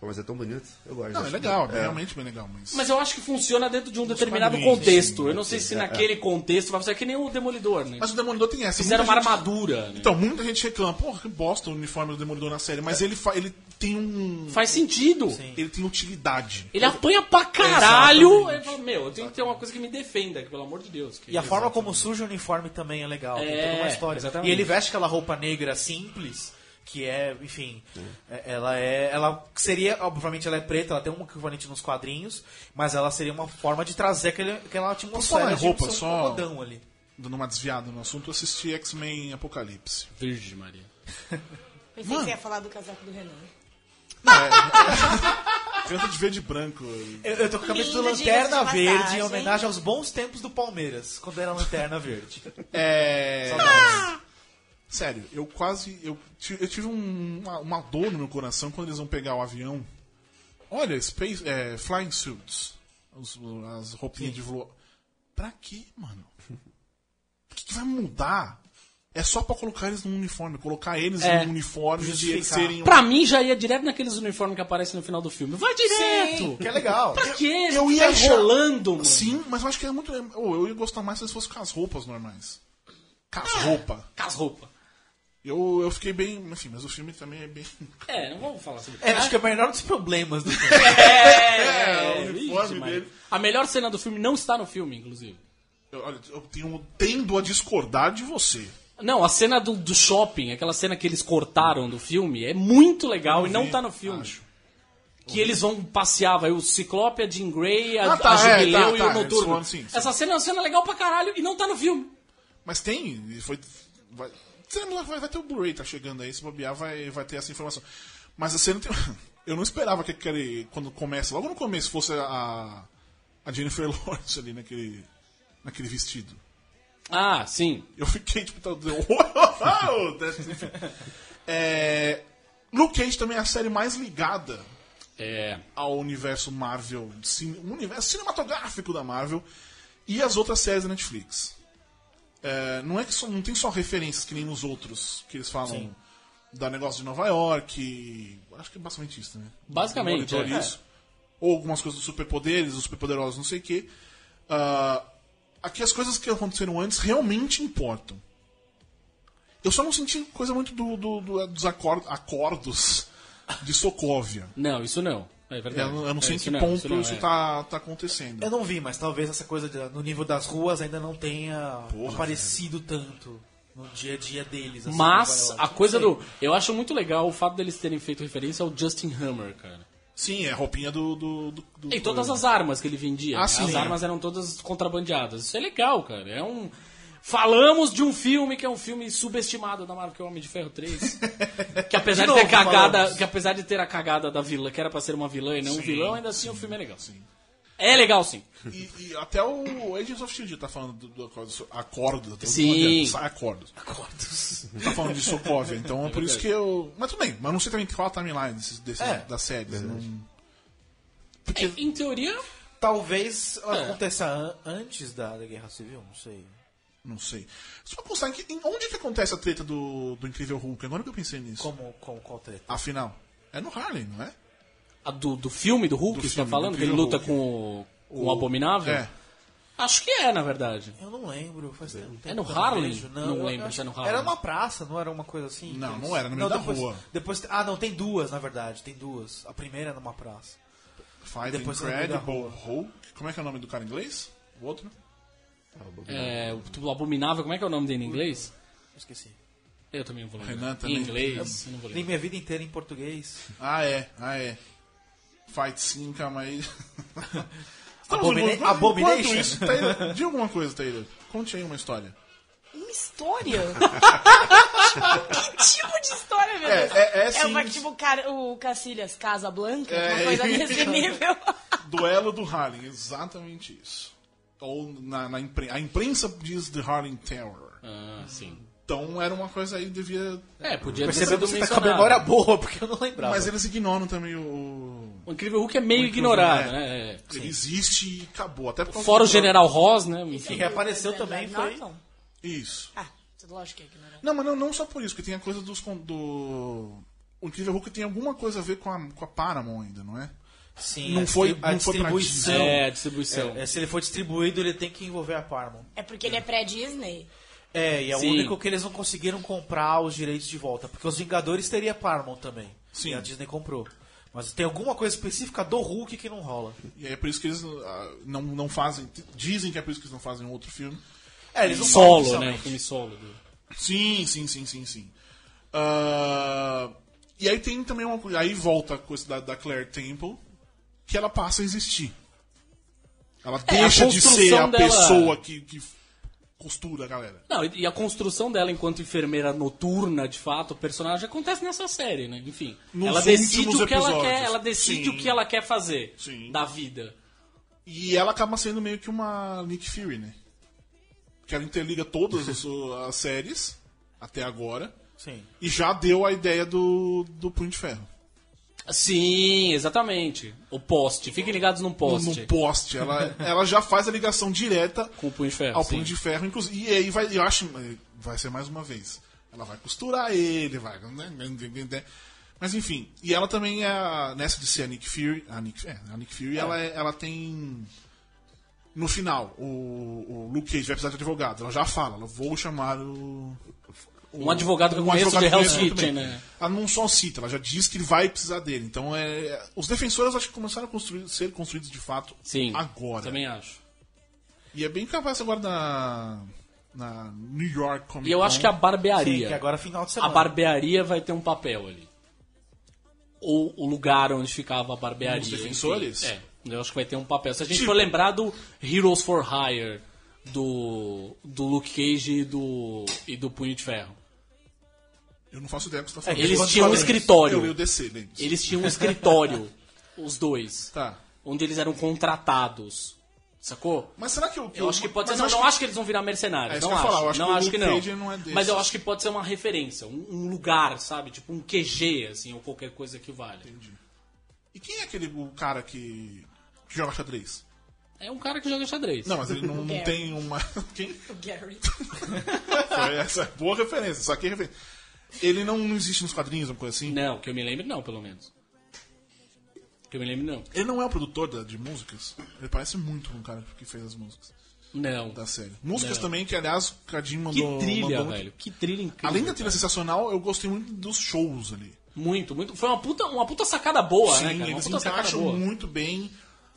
F: Pô, mas é tão bonito. Eu gosto.
B: Não, é
F: acho
B: legal, é
F: bonito.
B: realmente bem legal. Mas...
D: Mas eu acho que funciona dentro de um determinado
B: quadrinhos,
D: contexto. Eu não sei se naquele contexto vai ser que nem o Demolidor, né?
B: É, Mas o Demolidor tem essa.
D: Fizeram uma
B: muita gente-
D: armadura. né?
B: Então, muita gente reclama, porra, que bosta o uniforme do Demolidor na série, mas ele, fa- ele tem um.
D: Faz sentido.
B: Ele tem utilidade.
D: Ele apanha pra caralho.
C: Exatamente.
D: Ele fala, meu, eu tenho que ter uma coisa que me defenda, que, pelo amor de Deus. que-
C: E a forma como surge o uniforme também é legal. tem
D: É,
C: toda uma história.
D: exatamente.
C: E ele veste aquela roupa negra simples, que é, enfim, é- ela é. Ela seria, obviamente, ela é preta, ela tem um equivalente nos quadrinhos, mas ela seria uma forma de trazer aquele, aquela atmosfera
B: falar
D: é
B: em
C: de
B: roupa,
C: um
B: só-
C: algodão ali.
B: Dando uma desviada no assunto, eu assisti X-Men Apocalipse.
D: Virgem Maria.
E: Pensei que você ia falar do casaco do Renan.
B: Canta de verde e branco.
C: Eu, eu tô com a camisa do
E: Linda,
C: Lanterna
E: diga-se de
C: Verde
E: passagem.
C: em homenagem aos bons tempos do Palmeiras, quando era Lanterna Verde.
B: É. Sério, eu quase. Eu, ti- eu tive um- uma, uma dor no meu coração quando eles vão pegar o avião. Olha, space, é, Flying Suits. Os- as roupinhas de voo. Pra quê, mano? O que, que vai mudar? É só pra colocar eles num uniforme. Colocar eles
D: É,
B: num uniforme de eles
C: justificar.
B: serem.
D: Pra mim já ia direto naqueles uniformes que aparecem no final do filme. Vai direto!
C: que é legal.
D: Pra quê?
B: eu
D: Você
B: ia
D: tá
B: achar-
D: enrolando, mano.
B: Sim, mas eu acho que é muito. oh, eu ia gostar mais se eles fossem com as roupas normais. Com as roupas.
D: Com as roupas.
B: Eu, eu fiquei bem. Enfim, mas o filme também é bem.
D: É, não vamos falar sobre
C: É, acho que é o menor dos problemas do filme.
D: É,
B: o
D: Virgem
B: uniforme
D: Maria.
B: dele.
D: A melhor cena do filme não está no filme, inclusive.
B: Eu, olha, eu tenho, tendo a discordar de você.
D: Não, a cena do, do shopping, aquela cena que eles cortaram do filme, é muito legal e não
B: vi,
D: tá no filme.
B: acho.
D: Que eles vão passear, vai o Ciclope, a Jean Grey, a,
B: Ah, tá,
D: a
B: é,
D: Jubileu
B: tá,
D: e
B: tá,
D: o
B: eles
D: Noturno.
B: foram, sim, sim.
D: Essa cena é uma cena legal pra caralho e não tá no filme.
B: Mas tem. e Foi, vai, sei lá, vai, vai ter o Blu-ray, tá chegando aí. Se bobear, vai, vai ter essa informação. Mas a cena tem. Eu não esperava que aquele. Quando começa, logo no começo, fosse a. A Jennifer Lawrence ali naquele. Naquele vestido.
D: Ah, sim.
B: Eu fiquei tipo. Tá, uau, enfim. é, Luke Cage também é a série mais ligada
D: É.
B: ao universo Marvel, cine- o universo cinematográfico da Marvel e as outras séries da Netflix. É, não é que só- não tem só referências que nem nos outros que eles falam da negócio de Nova York, acho que é basicamente isso, né?
D: Basicamente,
B: Monitor,
D: é.
B: isso. Ou algumas coisas dos superpoderes, os superpoderosos, não sei o quê. Ah, aqui as coisas que aconteceram antes realmente importam. Eu só não senti coisa muito do- do- do- dos acor- acordos de Sokovia.
D: Não, isso não. É
B: Eu
D: verdade.
B: não, eu não sei
D: É,
B: em que
D: não,
B: ponto isso,
D: não, é.
B: tá, tá acontecendo.
C: Eu não vi, mas talvez essa coisa de- no nível das ruas ainda não tenha aparecido tanto no dia a dia deles. assim,
D: Mas
C: em Nova
D: a
C: York.
D: coisa
C: Não
D: do. é Eu acho muito legal o fato deles terem feito referência ao Justin Hammer, cara.
B: Sim, é a roupinha do. do, do, do-
D: E todas as armas que ele vendia.
B: Ah,
D: né?
B: sim.
D: As armas eram todas contrabandeadas. Isso é legal, cara. É um. Falamos de um filme que é um filme subestimado da Marvel, que é o Homem de Ferro 3. que apesar de,
C: De
D: ter
C: novo,
D: cagada,
C: falamos.
D: que apesar de ter a cagada da vilã, que era pra ser uma vilã e não um vilão, ainda assim o filme é legal. É legal sim.
B: E, e até o Agents of Shield tá falando do, do acordo- acordo. tá
D: Sim.
B: falando de- Sai acordos. Tá falando de Sokovia, então é por isso que eu. Mas tudo bem, mas não sei também qual a timeline desses, desses,
C: É.
B: das séries. Não...
D: É, em teoria,
C: Talvez ela
D: É.
C: aconteça an- antes da, da Guerra Civil, não sei.
B: Não sei. Só pra constar, em, que- em onde que acontece a treta do, do Incrível Hulk? Agora que eu pensei nisso.
C: Como, como qual treta?
B: Afinal, é no Harlem, não é?
D: a do, do filme do Hulk,
B: Do
D: que você
B: filme,
D: tá falando,
B: do
D: que ele
B: filme
D: luta
B: Hulk.
D: com o, com o Abominável?
B: É.
D: Acho que é, na verdade.
C: Eu não lembro, faz tempo.
D: É no
C: que eu não
D: Harlem?
C: vejo, Não,
D: Não
C: eu-
D: lembro
C: eu-
D: se é no
C: Era
D: Harlem.
C: uma praça, não era uma coisa assim?
B: Não,
C: Que
B: não era, no meio da
C: depois,
B: rua.
C: Depois, ah, não, tem duas, na verdade, tem duas. A primeira é numa praça.
B: Fight
C: Depois você
B: Incredible
C: muda a rua.
B: Hulk. Como é que é o nome do cara em inglês? O outro?
D: É, o- o Abominável, como é que é o nome dele em inglês?
C: Esqueci.
D: Eu também não vou lembrar.
B: Renan
D: Em
B: também.
D: inglês, eu não vou
C: Li
D: lembrar.
C: minha vida inteira em português.
B: Ah, é, ah, é. Fight sim, calma aí. tá Estamos
C: Abomina-
B: no- enquanto
C: Abomination.
B: isso, Taylor, de alguma coisa, Taylor. Conte aí uma história.
E: Uma história? que tipo de história, meu
B: É,
E: Deus?
B: é- é
E: uma
B: sim.
E: tipo cara, o Cacilhas, Casa Blanca,
B: É,
E: uma coisa
B: isso.
E: nesse nível.
B: Duelo do Harlem, exatamente isso. Ou na, na impren- a imprensa diz The Harlem Terror.
D: Ah, sim.
B: Então era uma coisa aí devia.
D: É, podia ter
C: Percebeu
D: sido
C: que você tá com a
D: mencionado.
C: memória boa, porque eu não lembrava.
B: Mas eles ignoram também o.
D: O Incrível Hulk é meio
B: Incrível,
D: ignorado,
B: é.
D: né? É.
B: Ele existe e acabou. Até por causa
D: Fora o
B: do-
D: General Ross, né? Enfim.
C: Quem reapareceu também
E: Não,
C: foi...
E: não.
B: Isso.
E: Ah, lógico que é ignorante.
B: Não, mas não, não só por isso, que tem a coisa dos. con- Do... O Incrível Hulk tem alguma coisa a ver com a, com a Paramount ainda, não é?
C: Sim,
B: Não
C: a
B: foi-
C: distri- a
B: não foi pra então.
C: distribuição.
D: É, distribuição.
C: É, é, se ele for distribuído, ele tem que envolver a Paramount.
E: É porque ele é pré-Disney.
C: É, e é
D: Sim.
C: o único que eles não conseguiram comprar os direitos de volta. Porque os Vingadores teria Paramount também.
B: Sim.
C: E a Disney comprou. Mas tem alguma coisa específica do Hulk que não rola.
B: E aí é por isso que eles ah, não, não fazem. Dizem que é por isso que eles não fazem um outro filme.
C: É, eles não falam
D: Solo, né? O
C: oficialmente.
D: filme solo. do-
B: Sim, sim, sim, sim, sim. Ah, e aí tem também uma coisa. Aí volta a coisa da, da Claire Temple, que ela passa a existir. Ela deixa de
D: É, construção
B: ser a
D: dela-
B: pessoa que, que costura a galera.
D: Não, e e a construção dela enquanto enfermeira noturna, de fato, o personagem acontece nessa série, né? Enfim,
B: Nos
D: ela decide
B: últimos
D: o que ela
B: episódios.
D: quer, ela decide
B: Sim.
D: o que ela quer fazer
B: Sim.
D: da vida.
B: E ela acaba sendo meio que uma Nick Fury, né? Que ela interliga todas as, as séries até agora.
C: Sim.
B: E já deu a ideia do, do Punho de Ferro.
D: Sim, exatamente. O poste. Fiquem ligados no poste.
B: No poste. Ela, ela já faz a ligação direta
D: Com o punho de ferro.
B: ao
D: É, sim.
B: Ah, Punho de Ferro, inclusive. E aí vai, eu acho, eh, vai ser mais uma vez. Ela vai costurar ele, vai. né, Mas enfim, e ela também é. Nessa de ser a Nick Fury. A Nick, é, a Nick Fury, Ela, é- ela tem. No final, o, o Luke Cage vai precisar de advogado. Ela já fala, ela vou chamar o.
D: Um advogado que eu
B: um
D: conheço de
B: advogado
D: Hell's
B: que eu conheço
D: Kitchen,
B: também.
D: né?
B: Ela não só cita, ela já diz que ele vai precisar dele. Então é. Os defensores acho que começaram a construir, ser construídos de fato
D: Sim.
B: agora.
D: Também acho.
B: E é bem capaz agora na. Na New York Comic Con.
D: E eu acho que a
C: Então, Sim, que
D: barbearia.
C: agora é final de
D: a
C: semana.
D: barbearia vai ter um papel ali. Ou o lugar onde ficava a barbearia.
B: Os defensores?
D: enfim. É, eu acho que vai ter um papel. Se a gente
B: Tipo-
D: for lembrar do Heroes for Hire, do, do Luke Cage e do, e do Punho de Ferro.
B: Eu não faço ideia do que você tá falando.
D: Eles
B: Eu
D: tinham um
B: leio-
D: escritório.
B: Eu leio DC, lembro.
D: Eles tinham um escritório, os dois,
B: Tá.
D: onde eles eram contratados. Sacou?
B: Mas será que eu.
D: Eu acho que pode ser.
B: mas
D: Não,
B: eu
D: não acho que eles vão virar mercenários.
B: É isso
D: não
B: que eu ia
D: acho.
B: falar, eu acho
D: não
B: que o
D: acho que
B: Luke
D: não.
B: Cage não é desses.
D: Mas eu acho que pode ser uma referência, um, um lugar, sabe? Tipo um QG, assim, ou qualquer coisa que valha.
B: E quem é aquele o cara que. que joga xadrez?
D: É um cara que joga xadrez.
B: Não, mas ele não, não
E: Gary.
B: tem uma. Quem?
E: O Gary.
B: Foi Essa é boa referência, só que é referência. Ele não, não existe nos quadrinhos, uma coisa assim.
D: Não, que eu me lembre não, pelo menos. Que eu me lembre não.
B: Ele não é o produtor da- de músicas. Ele parece muito com o cara que fez as músicas
D: Não.
B: da série. Músicas
D: Não.
B: também que, aliás, o Cadinho
D: Que
B: mandou.
D: trilha,
B: mandou muito.
D: velho. Que trilha incrível.
B: Além da trilha sensacional, eu gostei muito dos shows ali.
D: Muito, muito. Foi uma puta, uma puta sacada boa,
B: Sim,
D: né, cara? Uma
B: eles
D: puta sacada
B: encaixam
D: boa.
B: muito bem.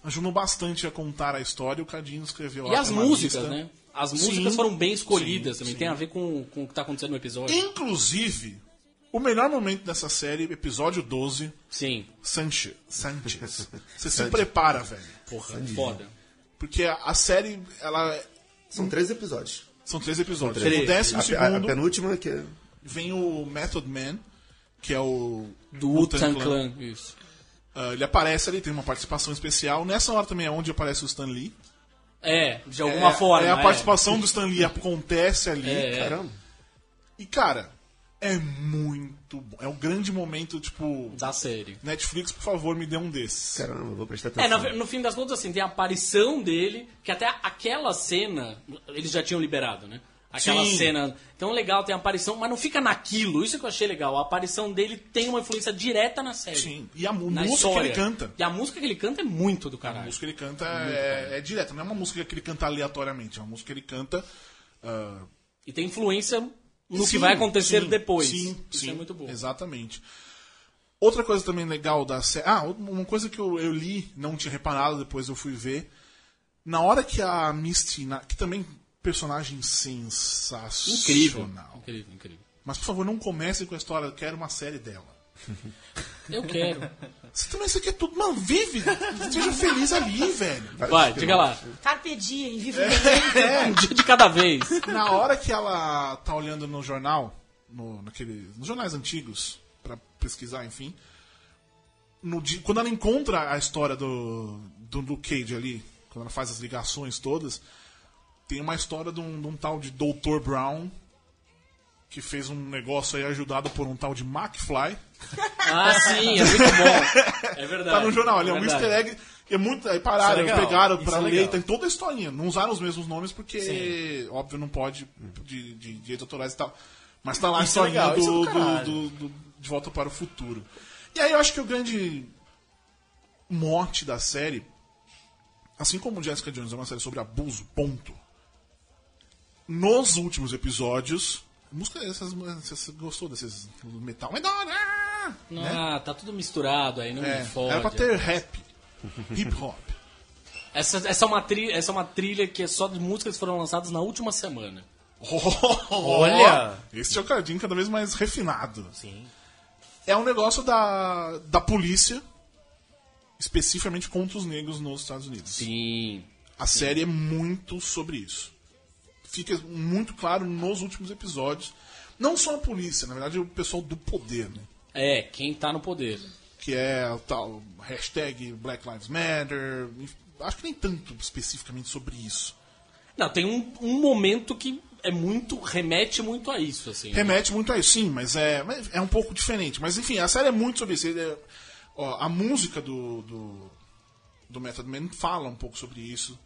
B: Ajudam bastante a contar a história. O Cadinho escreveu
D: E
B: lá,
D: as
B: tem uma
D: músicas,
B: lista.
D: né? As músicas
B: Sim.
D: foram bem escolhidas
B: Sim,
D: também.
B: sim.
D: Tem a ver com, com o que tá acontecendo no episódio.
B: Inclusive, o melhor momento dessa série, episódio 12,
D: Sim.
B: Sanchez. Sanchez. Você se prepara, velho.
D: Porra, foda.
B: Porque a, a série, ela. é,
F: São três episódios.
B: São três episódios.
C: três.
B: O décimo
F: A, a, a
B: segundo
F: penúltima, que é.
B: vem o Method Man, que é o.
D: Do Wu-Tang Clan. Isso.
B: Ah, ele aparece ali, tem uma participação especial. Nessa hora também é onde aparece o Stan Lee.
D: É, de alguma
B: é,
D: forma.
B: É, a
D: é.
B: participação do Stan Lee acontece ali.
D: É, é.
F: Caramba.
B: E, cara, é muito bom. É um grande momento, tipo.
D: da série.
B: Netflix, por favor, me dê um desses.
F: Caramba, vou prestar atenção.
D: É, no, no fim das contas, assim, tem a aparição dele, que até aquela cena, eles já tinham liberado, né? Aquela
B: Sim.
D: cena. Então, legal, tem a aparição, mas não fica naquilo. Isso que eu achei legal. A aparição dele tem uma influência direta na série.
B: Sim. E a mu-
D: Na
B: música
D: história.
B: que ele canta.
D: E a música que ele canta é muito do
B: A
D: caralho.
B: música que ele canta é, é direta, não é uma música que ele canta aleatoriamente, é uma música que ele canta. ah,
D: E tem influência no
B: sim,
D: que vai acontecer
B: sim,
D: depois.
B: Sim,
D: Isso
B: sim,
D: é muito bom.
B: Exatamente. Outra coisa também legal da série. Ah, uma coisa que eu, eu li, não tinha reparado, depois eu fui ver. Na hora que a Misty, na- que também personagem sensacional.
D: Incrível. Incrível, incrível.
B: Mas por favor, não comece com a história, eu quero uma série dela.
D: Eu quero.
B: Você também, isso aqui é tudo, mano, vive! Seja feliz ali, velho.
D: Vai, diga lá.
E: Carpe diem, vive bem.
B: É.
D: Um dia de cada vez.
B: Na hora que ela tá olhando no jornal, no, naquele, nos jornais antigos, pra pesquisar, enfim. no di- quando ela encontra a história do, do Luke Cage ali, quando ela faz as ligações todas, tem uma história de um, de um tal de Dr. Brown, que fez um negócio aí ajudado por um tal de McFly.
D: Ah, sim, é muito bom. É verdade.
B: Tá no jornal, ali é um
D: verdade.
B: easter egg. E é muito, aí pararam,
D: Isso é legal,
B: pegaram
D: isso
B: pra
D: é
B: ler,
D: legal.
B: tem toda a historinha. Não usaram os mesmos nomes porque, óbvio, não pode de, de, de direitos autorais e tal. Mas tá lá a
C: Isso é
B: historinha
C: legal, isso é
D: um
B: do,
C: do
B: do,
C: caralho.
B: do- do De Volta para o Futuro. E aí eu acho que o grande mote da série, assim como Jessica Jones é uma série sobre abuso, ponto. Nos últimos episódios, a música, essas, você gostou desses metal? Metal! Ah!
D: Ah, tá tudo misturado aí, não
B: É,
D: me fode.
B: era pra ter rap, hip hop.
D: Essa, essa, é uma trilha, essa é uma trilha que é só de músicas que foram lançadas na última semana.
C: Olha!
B: Esse é o cardinho cada vez mais refinado.
C: Sim.
B: É um negócio da, da polícia, especificamente contra os negros nos Estados Unidos.
D: Sim.
B: A série é muito sobre isso. Fica muito claro nos últimos episódios. Não só a polícia, na verdade, o pessoal do poder, né?
D: É, quem tá no poder.
B: que é o tal hashtag Black Lives Matter. enfim, Acho que nem tanto especificamente sobre isso.
D: Não, tem um, um momento que é muito. remete muito a isso, assim.
B: Remete muito a isso, sim, mas é, mas é um pouco diferente. Mas enfim, a série é muito sobre isso. Ele é- ó, a música do, do, do Method Man fala um pouco sobre isso.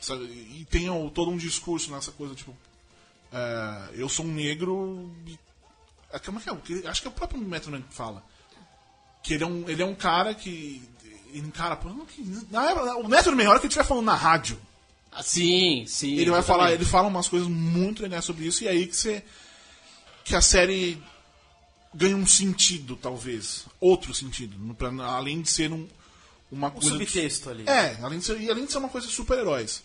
B: sabe? E tem ó, todo um discurso nessa coisa, tipo. é, eu sou um negro. e- ah, Como é que é? O que- Acho que é o próprio Method Man que fala. Que ele é um, ele é um cara que. Encara. pô, não, que- na época- O Method Man, a hora que ele estiver falando na rádio,
D: Ah, sim, sim.
B: ele vai
D: exatamente.
B: falar, ele fala umas coisas muito legais sobre isso, e é aí que você. que a série ganha um sentido, talvez. Outro sentido. no- pra- além de ser um, uma
C: Um
B: coisa.
C: subtexto ali.
B: É, além de ser, e além de ser uma coisa de super-heróis.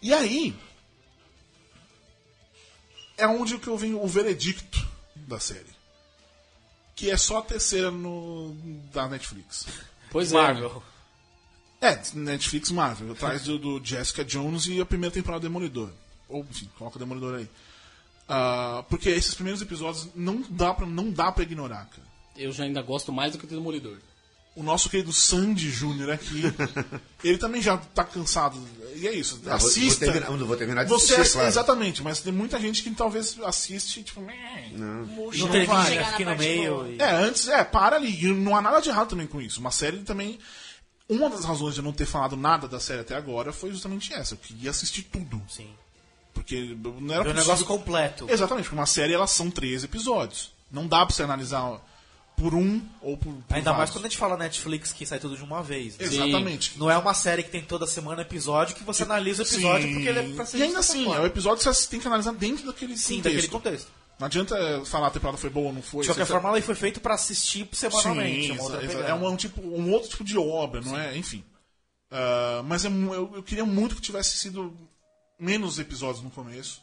B: E aí. É onde que eu venho o veredicto da série. Que é só a terceira no, da Netflix.
D: Pois é.
C: Marvel.
B: É, Netflix Marvel, atrás do, do Jessica Jones e a primeira temporada do Demolidor. Ou, enfim, coloca o Demolidor aí. Ah, porque esses primeiros episódios não dá pra, não dá pra ignorar, cara.
D: Eu já ainda gosto mais do que o Demolidor.
B: O nosso querido Sandy Júnior aqui, ele também já tá cansado. E é isso,
F: Ah, vou- Vou,
B: assista.
F: terminar, não, vou terminar de
B: você é
F: assistir, claro.
B: Exatamente, mas tem muita gente que talvez assiste, tipo, meh,
C: E
B: murcha,
C: Não
B: não
C: termina,
B: vai.
E: chegar na
C: fica no
E: parte
C: meio.
E: boa.
C: e-
B: É, antes, é, para ali. E Não há nada de errado também com isso. Uma série também. Uma das razões de eu não ter falado nada da série até agora foi justamente essa. Eu queria assistir tudo.
C: Sim.
B: Porque não era
C: É um
B: possível-
C: negócio completo.
B: Exatamente, porque uma série elas são três episódios. Não dá pra você analisar por um ou por. por
C: Ainda
B: vários.
C: mais quando a gente fala Netflix que sai tudo de uma vez. né?
B: Exatamente.
C: Não é uma série que tem toda semana episódio que você analisa o episódio porque ele é pra ser
B: E ainda
C: visto
B: assim,
C: fora.
B: é o episódio que você tem que analisar dentro daquele
C: Sim,
B: contexto.
C: daquele contexto.
B: Não adianta eh, falar a temporada foi boa ou não foi.
C: De qualquer
B: você-
C: forma, ela foi feita pra assistir semanalmente.
B: Sim,
C: é uma outra
B: exa- exa-
C: pegada.
B: é um, um tipo, um outro tipo de obra, não é? Enfim. Ah, mas é mu- eu, eu queria muito que tivesse sido menos episódios no começo.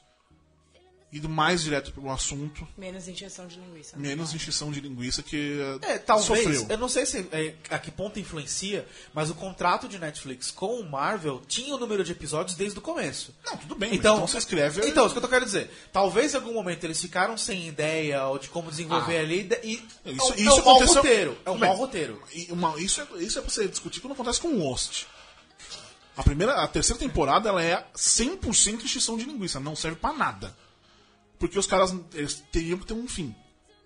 B: ido mais direto pro assunto,
E: Menos injeção de linguiça.
B: menos encheção de linguiça que eh,
C: É, talvez.
B: sofreu.
C: Eu não sei se é, a que ponto influencia, mas o contrato de Netflix com o Marvel tinha o número de episódios desde o começo.
B: Não, tudo bem, mas
C: Então,
B: então você escreve-
C: Então, isso que eu tô querendo dizer. Talvez em algum momento eles ficaram sem ideia ou de como desenvolver ali e
B: Isso,
C: é um- é um
B: isso
C: mau
B: aconteceu.
C: roteiro. É um
B: Bem,
C: mau roteiro.
B: e uma- isso, é, isso é pra você discutir quando acontece com Lost. A primeira, a terceira temporada ela é 100% extinção de linguiça, não serve pra nada. Porque os caras eles teriam que ter um fim.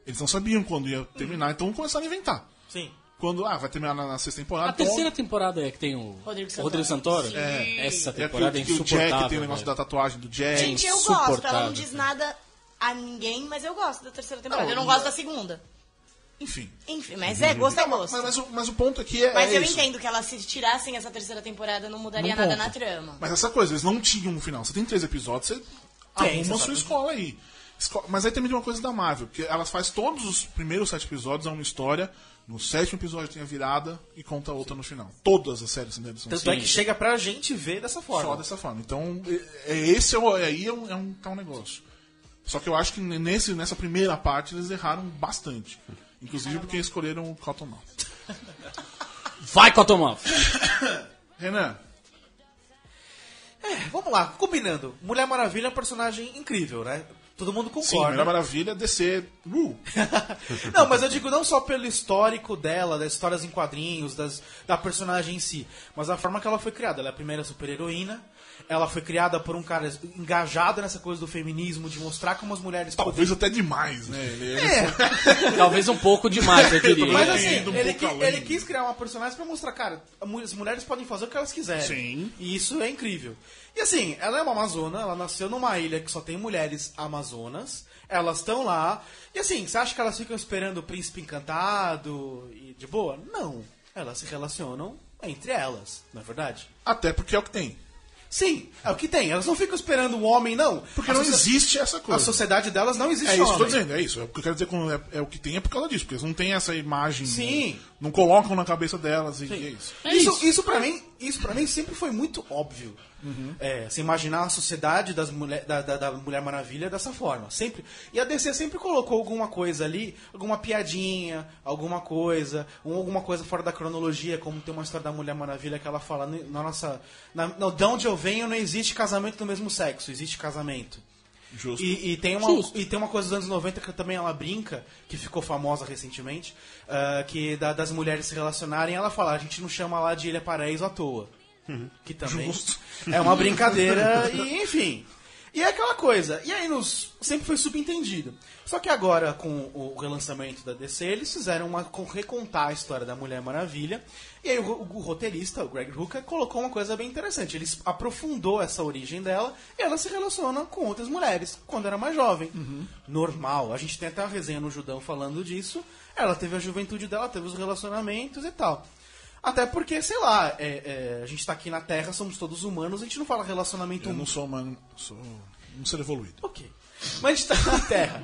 B: Eles não sabiam quando ia terminar, então começaram a inventar.
C: Sim.
B: Quando, ah, vai terminar na, na sexta temporada.
D: A
B: então,
D: terceira temporada é que tem o
E: Rodrigo Santoro.
D: Rodrigo Santoro?
E: Sim.
D: É. Essa
B: é aquele
D: temporada é
B: que o Jack
D: insuportável. né?
B: tem o negócio da
D: velho.
B: tatuagem do Jack.
D: Sim.
E: Gente, eu gosto. Ela
D: Insuportável.
E: não diz nada a ninguém, mas eu gosto da terceira temporada.
B: Não,
E: eu não
B: não-
E: gosto da segunda.
B: Enfim.
E: Enfim, mas é gosto é gosto.
B: Mas, mas o, mas o ponto aqui é.
E: Mas
B: é
E: eu
B: isso.
E: entendo que elas se tirassem essa terceira temporada não mudaria
B: Num
E: nada
B: ponto.
E: na trama.
B: Mas essa coisa, eles não tinham um final. Você tem três episódios, você arruma
C: Tem,
B: a
C: você
B: sua
C: sabe.
B: escola aí. Esco- Mas aí também tem uma coisa da Marvel, que ela faz todos os primeiros sete episódios, é uma história. No sétimo episódio tem a virada e conta outra no final. Todas as séries né, são
C: Tanto
B: assim,
C: é que chega pra gente ver dessa forma.
B: só dessa forma. Então, é- é esse é o- aí é um, é um tal negócio. Só que eu acho que nesse, nessa primeira parte eles erraram bastante. Inclusive porque escolheram o Cottonmouth.
D: Vai, Cottonmouth!
B: Renan,
C: É, vamos lá, combinando. Mulher Maravilha é um personagem incrível, né? Todo mundo
B: sim, Melhor
C: concorda.
B: Maravilha, descer. Uh,
C: não, mas eu digo não só pelo histórico dela, das histórias em quadrinhos, das, da personagem em si, mas a forma que ela foi criada. Ela é a primeira super-heroína, ela foi criada por um cara engajado nessa coisa do feminismo, de mostrar como as mulheres
B: talvez até demais, né? Ele- ele
C: É,
D: Talvez um pouco demais, eu diria.
C: mas
B: Ele
C: assim,
B: tem ido um
C: ele,
B: pouco
C: qui-
B: além.
C: ele quis criar uma personagem pra mostrar, cara, a mu- as mulheres podem fazer o que elas quiserem.
B: Sim.
C: E isso é incrível. E assim, ela é uma amazona, ela nasceu numa ilha que só tem mulheres amazonas, elas estão lá, e assim, você acha que elas ficam esperando o príncipe encantado e de boa? Não. Elas se relacionam entre elas, não é verdade?
B: Até porque é o que tem.
C: Sim, é o que tem. Elas não ficam esperando um homem, não.
B: Porque
C: A
B: não
C: socie-
B: existe essa
C: A
B: coisa.
C: sociedade delas não existe
B: É isso que eu tô
C: homem.
B: dizendo, é isso. É o que eu quero dizer com é, é o que tem é por causa disso, porque eles não têm essa imagem.
C: Sim.
B: né? Não colocam na cabeça delas e é isso.
D: É
C: isso,
D: isso.
C: isso. para mim, isso para mim sempre foi muito óbvio. É, você imaginar a sociedade das mulher, da, da- da Mulher Maravilha dessa forma, sempre. E a DC sempre colocou alguma coisa ali, alguma piadinha, alguma coisa, ou alguma coisa fora da cronologia, como tem uma história da Mulher Maravilha que ela fala "Ne- na nossa, na, no, de onde eu venho não existe casamento do mesmo sexo, existe casamento.
B: Justo.
C: E, e tem uma,
D: Justo.
C: e tem uma coisa dos anos 90 que também ela brinca, que ficou famosa recentemente, ah, que da- das mulheres se relacionarem, ela fala, a gente não chama lá de Ilha Paraíso à toa. Que também é uma brincadeira, e enfim. E é aquela coisa. E aí nos, sempre foi subentendido. Só que agora, com o relançamento da DC, eles fizeram uma com- recontar a história da Mulher Maravilha. E aí o, ro- o roteirista, o Greg Hooker, colocou uma coisa bem interessante. Ele es- aprofundou essa origem dela e ela se relaciona com outras mulheres quando era mais jovem. Normal. A gente tem até uma resenha no Judão falando disso. Ela teve a juventude dela, teve os relacionamentos e tal. Até porque, sei lá, é- é, a gente tá aqui na Terra, somos todos humanos, a gente não fala relacionamento
B: Eu
C: humano.
B: não sou humano, sou um ser evoluído.
C: Ok. Mas a gente tá na Terra.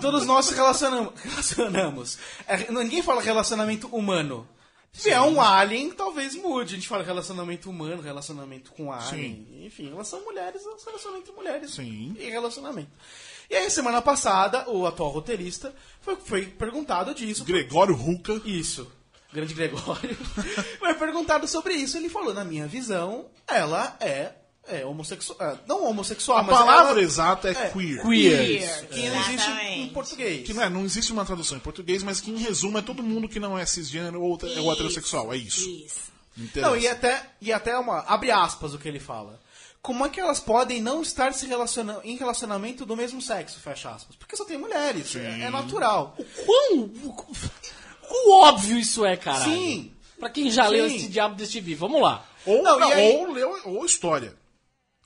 C: Todos nós se relacionam- relacionamos. É, ninguém fala relacionamento humano. Se é um alien, talvez mude. A gente fala relacionamento humano, relacionamento com alien. Enfim, elas são mulheres, elas são relacionamento mulheres.
B: Sim.
C: E relacionamento. E aí, semana passada, o atual roteirista foi, foi perguntado disso.
B: Gregório Ruca.
C: Isso. Grande Gregório. Foi perguntado sobre isso. Ele falou: na minha visão, ela é, é homossexual. é, Não homossexual,
B: A
C: mas.
B: palavra
C: ela-
B: exata é,
C: é.
B: queer.
D: Queer.
C: que não existe em
E: Exatamente.
C: português.
B: Que não, é, não existe uma tradução em português, mas que em resumo é todo mundo que não é cisgênero ou, é ou heterossexual. É isso.
E: Isso.
B: Interessa.
C: Não, e até, e até uma. Abre aspas o que ele fala. Como é que elas podem não estar se relacionando em relacionamento do mesmo sexo? Fecha aspas. Porque só tem mulheres. É, é natural.
D: Quão, quão óbvio isso é, cara.
C: Sim.
D: Pra quem já leu
C: Sim.
D: esse diabo desse gibi, vamos lá.
B: Ou,
C: Não,
B: não,
C: e aí-
B: ou, leu- ou história.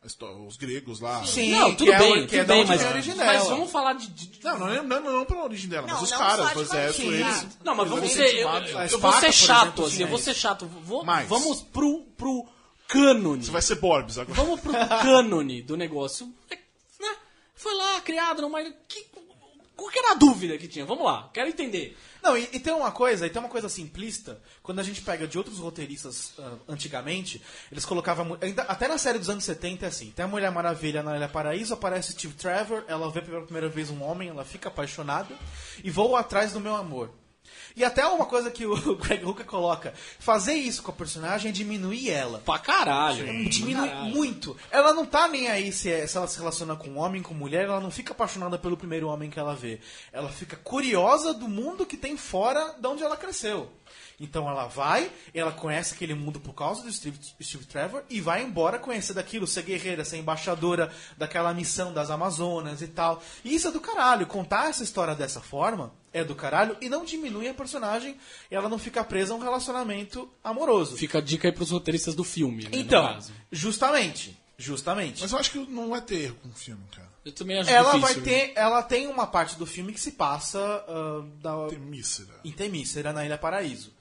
B: A histó- Os gregos lá.
C: Sim,
D: não, tudo
C: que é o-
D: bem,
C: que é
D: tudo
C: da
D: bem,
C: onde
D: mas,
C: vem a origem
D: mas
C: dela.
D: vamos falar de... de-
B: Não, não, é- não, não pela origem dela, mas
E: Não,
B: os
E: não
B: caras, do
E: só de
B: exército,
E: quadrinhos.
B: eles.
E: Sim.
D: Não, mas
B: Eles eram
D: vamos ser... Eu,
B: incentivados a
D: eu vou
B: Esparta,
D: ser
B: por
D: chato,
B: exemplo,
D: assim, eu vou
B: tinha
D: ser chato. Vou-
B: Mas-
D: Vamos pro, pro cânone.
B: Você vai ser Borbs agora.
D: Vamos pro cânone do negócio. É, né? Foi lá, criado numa... ilha. Que, Qual que era a dúvida que tinha? Vamos lá, quero entender.
C: Não, e, e tem uma coisa, e tem uma coisa simplista, quando a gente pega de outros roteiristas ah, antigamente, eles colocavam. mu- ainda- até na série dos anos 70 é assim: tem a Mulher Maravilha na Ilha Paraíso, aparece Steve Trevor, ela vê pela primeira vez um homem, ela fica apaixonada e voa atrás do meu amor. E até uma coisa que o Greg Hooker coloca: fazer isso com a personagem é diminuir ela.
D: Pra caralho. pra
C: Diminui
D: caralho.
C: muito. Ela não tá nem aí se, é- se ela se relaciona com homem, com mulher, ela não fica apaixonada pelo primeiro homem que ela vê. Ela fica curiosa do mundo que tem fora de onde ela cresceu. Então ela vai, ela conhece aquele mundo por causa do Steve, Steve Trevor e vai embora conhecer daquilo, ser guerreira, ser embaixadora daquela missão das Amazonas e tal. E isso é do caralho. Contar essa história dessa forma é do caralho e não diminui a personagem. Ela não fica presa a um relacionamento amoroso.
D: Fica a dica aí pros roteiristas do filme. né, no
C: Então,
D: caso.
C: justamente, justamente.
B: Mas é né? eu acho que não vai ter erro com o filme, cara.
D: eu também acho
C: ela
D: difícil, né?
C: vai ter, ela tem uma parte do filme que se passa ah, da,
B: Temícera.
C: em Temícera, na Ilha Paraíso.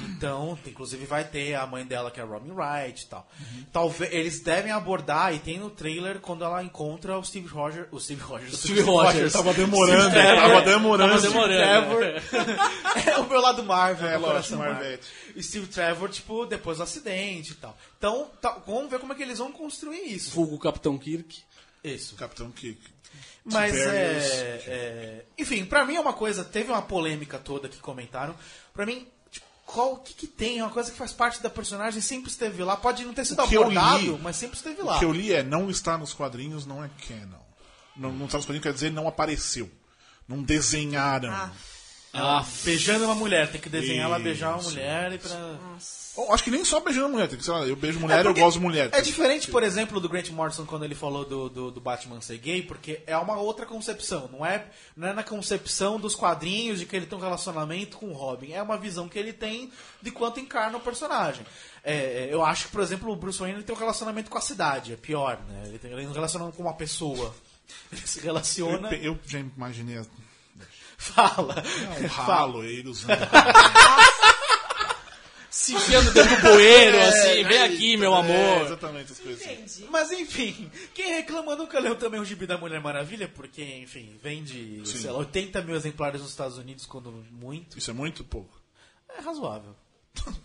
C: Então, inclusive vai ter a mãe dela que é a Robin Wright e tal.
D: Uhum.
C: Talvez eles devem abordar e tem no trailer quando ela encontra o Steve Rogers, o Steve Rogers, o
D: Steve Rogers.
B: Tava demorando, tava demorando.
D: Tava demorando. né?
C: é o meu lado Marvel, é,
B: lógico,
C: coração Marvel.
B: Marvete.
C: E Steve Trevor, tipo, depois do acidente e tal. Então, tá- vamos ver como é que eles vão construir isso.
D: Vulgo Capitão Kirk.
C: Isso.
B: Capitão Kick.
C: Mas
B: Tiberius.
C: é, é- Enfim, pra mim é uma coisa. Teve uma polêmica toda que comentaram. Pra mim, tipo, qual o que, que tem? É uma coisa que faz parte da personagem, sempre esteve lá. Pode não ter sido
B: que eu
C: abordado,
B: li-
C: mas sempre esteve
B: O
C: lá.
B: que eu li é não está nos quadrinhos, não é canon. Não, não está nos quadrinhos, quer dizer, não apareceu. Não desenharam.
C: Ah, beijando uma mulher, tem que desenhar ela
B: Isso.
C: beijar uma mulher e pra.
B: Eu acho que nem só beijando mulher, tem que, sei lá, eu beijo mulher, eu
C: porque
B: gosto de mulher.
C: É diferente, por exemplo, do Grant Morrison quando ele falou do, do, do Batman ser gay, porque é uma outra concepção. Não é, não é na concepção dos quadrinhos de que ele tem um relacionamento com o Robin. É uma visão que ele tem de quanto encarna o personagem. É, é, eu acho que, por exemplo, o Bruce Wayne ele tem um relacionamento com a cidade. É pior, né? Ele tem ele não relaciona com uma pessoa. Ele se
D: né?
C: relaciona,
B: Eu, eu já imaginei a-
D: É
C: fala.
B: um
C: fala.
B: ralo, ele usando.
D: Se enfiando dentro do bueiro,
C: É,
D: assim. Vem aqui, meu
B: É,
D: amor.
B: exatamente as coisas.
C: Mas enfim, quem reclama nunca leu também o gibi da Mulher Maravilha, porque, enfim, vende,
B: Sim.
C: sei lá, 80 mil exemplares nos Estados Unidos, quando muito.
B: Isso é muito pouco.
C: É razoável.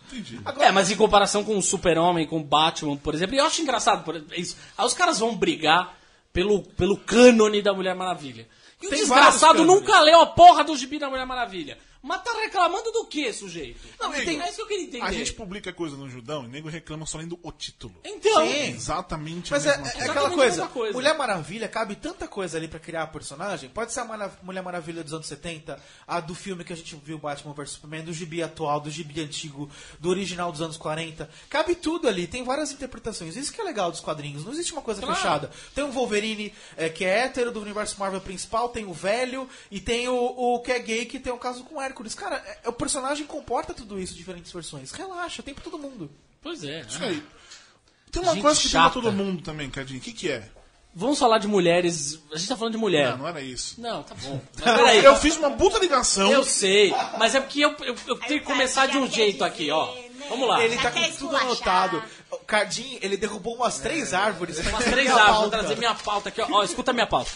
B: Entendi.
D: É, mas em comparação com o Super-Homem, com o Batman, por exemplo, e eu acho engraçado por exemplo, isso. Aí os caras vão brigar pelo, pelo cânone da Mulher Maravilha. E o
C: Tem
D: desgraçado
C: vários cânones.
D: nunca leu a porra do gibi da Mulher Maravilha. Mas tá reclamando do que, sujeito? Não,
B: Amigo,
D: é isso que eu queria entender.
B: A gente publica coisa no Judão e o nego reclama só lendo o título.
D: Então,
B: É
C: Sim.
B: Exatamente
C: Mas
B: a
C: é,
B: mesma
C: é
B: coisa.
C: aquela
D: Exatamente a
C: coisa,
D: mesma coisa.
C: Mulher Maravilha, cabe tanta coisa ali pra criar a personagem. Pode ser a Mara- Mulher Maravilha dos anos 70, a do filme que a gente viu, Batman vs Superman, do gibi atual, do gibi antigo, do original dos anos 40. Cabe tudo ali, tem várias interpretações. Isso que é legal dos quadrinhos, não existe uma coisa
D: Claro.
C: fechada. Tem o Wolverine é, que é hétero do universo Marvel principal, tem o velho e tem o, o que é gay que tem o caso com o Hércules. Cara, é- é, o personagem comporta tudo isso, diferentes versões. Relaxa, tem pra todo mundo.
D: Pois é.
B: Isso aí. Tem uma
D: Gente
B: coisa que tem pra
D: chata.
B: todo mundo também, Cadinho. O que, que é?
D: Vamos falar de mulheres. A gente tá falando de mulher.
B: Não, não era isso.
D: Não, tá bom. Mas peraí.
B: Eu fiz uma puta ligação.
D: Eu sei, mas é porque eu, eu- eu tenho que começar de um jeito aqui, ó. Vamos lá.
C: Ele tá
E: Já quer
C: com tudo
E: esculachar.
C: anotado. O Cardim, ele derrubou umas três árvores.
D: Umas três árvores, vou trazer minha pauta aqui, ó. Ó, escuta minha pauta.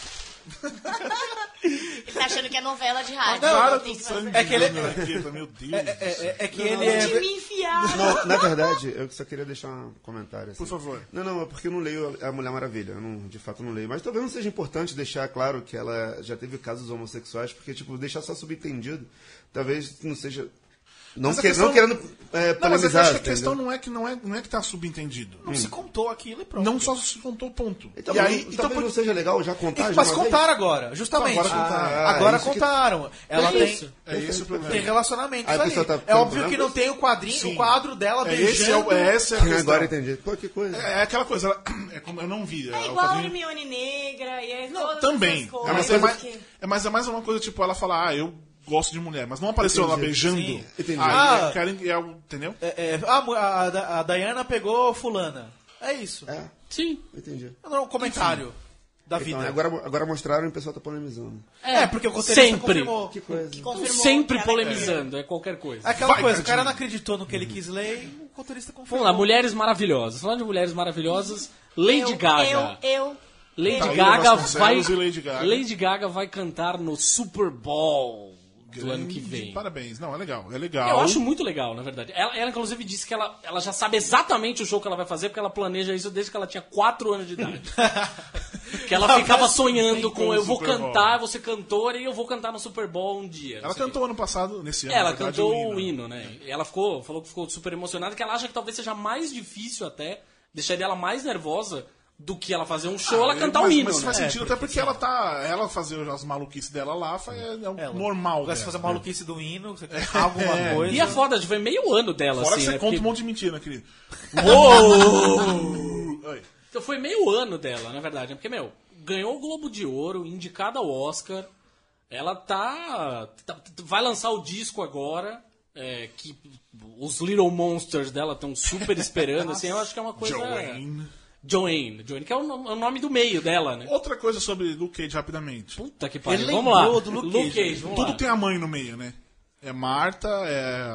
E: Ele tá achando que é novela de rádio.
B: Cara
E: Não
B: do
E: tem que
B: sangue.
E: fazer.
C: É que ele-
B: jogando aqui, Meu Deus.
C: É, é- é que ele
E: Onde
C: é...
E: me enfiar?
F: Não, na verdade, eu só queria deixar um comentário. assim.
B: Por favor.
F: Não, não, é porque eu não leio a Mulher Maravilha. Eu não, de fato não leio. Mas talvez não seja importante deixar claro que ela já teve casos homossexuais, porque, tipo, deixar só subentendido, talvez não seja. Não,
B: Mas a
F: que-
B: questão-
F: não querendo é,
B: Não, mas eu
F: polemizar.
B: acho que a
F: entendeu?
B: questão não é que, não é, não é que tá subentendido.
D: Hum.
C: Não se contou aquilo e pronto.
B: Não só se contou o ponto.
F: Então,
B: e aí,
F: talvez
B: então,
F: não
B: pode-
F: seja legal já
C: E-
F: contar. de
C: Mas
F: uma vez?
C: contaram agora, justamente.
B: Agora contaram.
C: Ah, agora
F: isso que-
C: contaram. Ela tem,
B: é esse o problema.
C: tem relacionamentos
F: Aí a
C: ali.
F: pessoa tá-
C: é
F: tá
C: óbvio
F: lembrando?
C: que não tem o quadrinho,
B: Sim.
C: o quadro
D: tá
C: dela
B: É, esse é,
C: beijando.
B: o- é essa é a questão.
F: Agora entendi. Pô, que coisa.
B: É aquela coisa, ela- é como eu não vi.
E: É
B: o
E: igual a
B: quadrinho-
E: Hermione Negra e é
B: Não, também. É, mas é,
F: Mas
B: mais,
E: que...
B: é, mais, é mais uma coisa, tipo, ela fala, ah, eu gosto de mulher, mas não apareceu ela
F: Entendi.
B: beijando.
C: Sim.
F: Entendi.
B: Aí
C: Ah.
B: é Karen, é o- entendeu?
C: É, é, a, mu- a, a- a Diana pegou fulana. É isso. É
F: É,
D: Sim.
F: entendi.
C: um comentário da vida.
F: Então, agora, agora mostraram e o pessoal tá polemizando.
C: É, porque o roteirista
D: Sempre.
C: confirmou.
F: Que coisa.
E: confirmou
D: Sempre
E: que ela-
D: polemizando, é qualquer coisa.
C: Aquela
B: Vai, Uhum.
C: coisa, o cara
B: Cardinho.
C: não acreditou no que ele quis ler e o roteirista confirmou.
D: Vamos lá, mulheres maravilhosas. Falando de mulheres maravilhosas, Lady
E: eu,
D: Gaga.
E: Eu, eu
D: Lady
B: Taíra
D: Gaga vai.
B: Vasconcelos e Lady Gaga.
D: Lady Gaga vai cantar no Super Bowl do ano que vem.
B: Hum, Parabéns. Não, é legal. É legal.
D: Eu acho muito legal, na verdade. Ela, ela, inclusive, disse que ela, ela já sabe exatamente o show que ela vai fazer, porque ela planeja isso desde que ela tinha 4 anos de idade. que ela ficava sonhando com eu vou
B: Super Bowl.
D: cantar, eu vou ser cantora e eu vou cantar no Super Bowl um dia. não
B: Ela
D: sei o quê.
B: cantou ano passado, nesse ano.
D: Ela
B: na verdade, um
D: cantou o hino, né? E Ela ficou, falou que ficou super emocionada, que ela acha que talvez seja mais difícil até, deixaria ela mais nervosa do que ela fazer um show, ela
B: É,
D: cantar o
B: mas-
D: hino.
B: Mas faz
D: né?
B: sentido, até porque ela tá. Ela fazer as maluquices dela lá fa- é, é o
C: Ela-
B: normal.
C: Você
B: dela.
C: fazer maluquice do hino, você cantar alguma coisa.
D: E é foda, foi meio ano dela,
B: Fora
D: assim,
B: que você
D: né?
B: conta
D: Porque-
B: um monte de mentira, querido. Oi.
D: Então foi meio ano dela, na verdade, né? Porque, meu, ganhou o Globo de Ouro, indicada ao Oscar. Ela tá. tá- vai lançar o disco agora. é, que os Little Monsters dela estão super esperando, assim, eu acho que é uma coisa.
B: Joanne.
D: Joanne. Joanne, que é o, no- é o nome do meio dela, né?
B: Outra coisa sobre Luke Cage, rapidamente.
D: Puta que pariu.
C: Ele
D: Vamos lá.
C: lembrou do Luke Cage,
D: vamos
B: né? Tudo
D: lá.
B: tem a mãe no meio, né? É Marta, é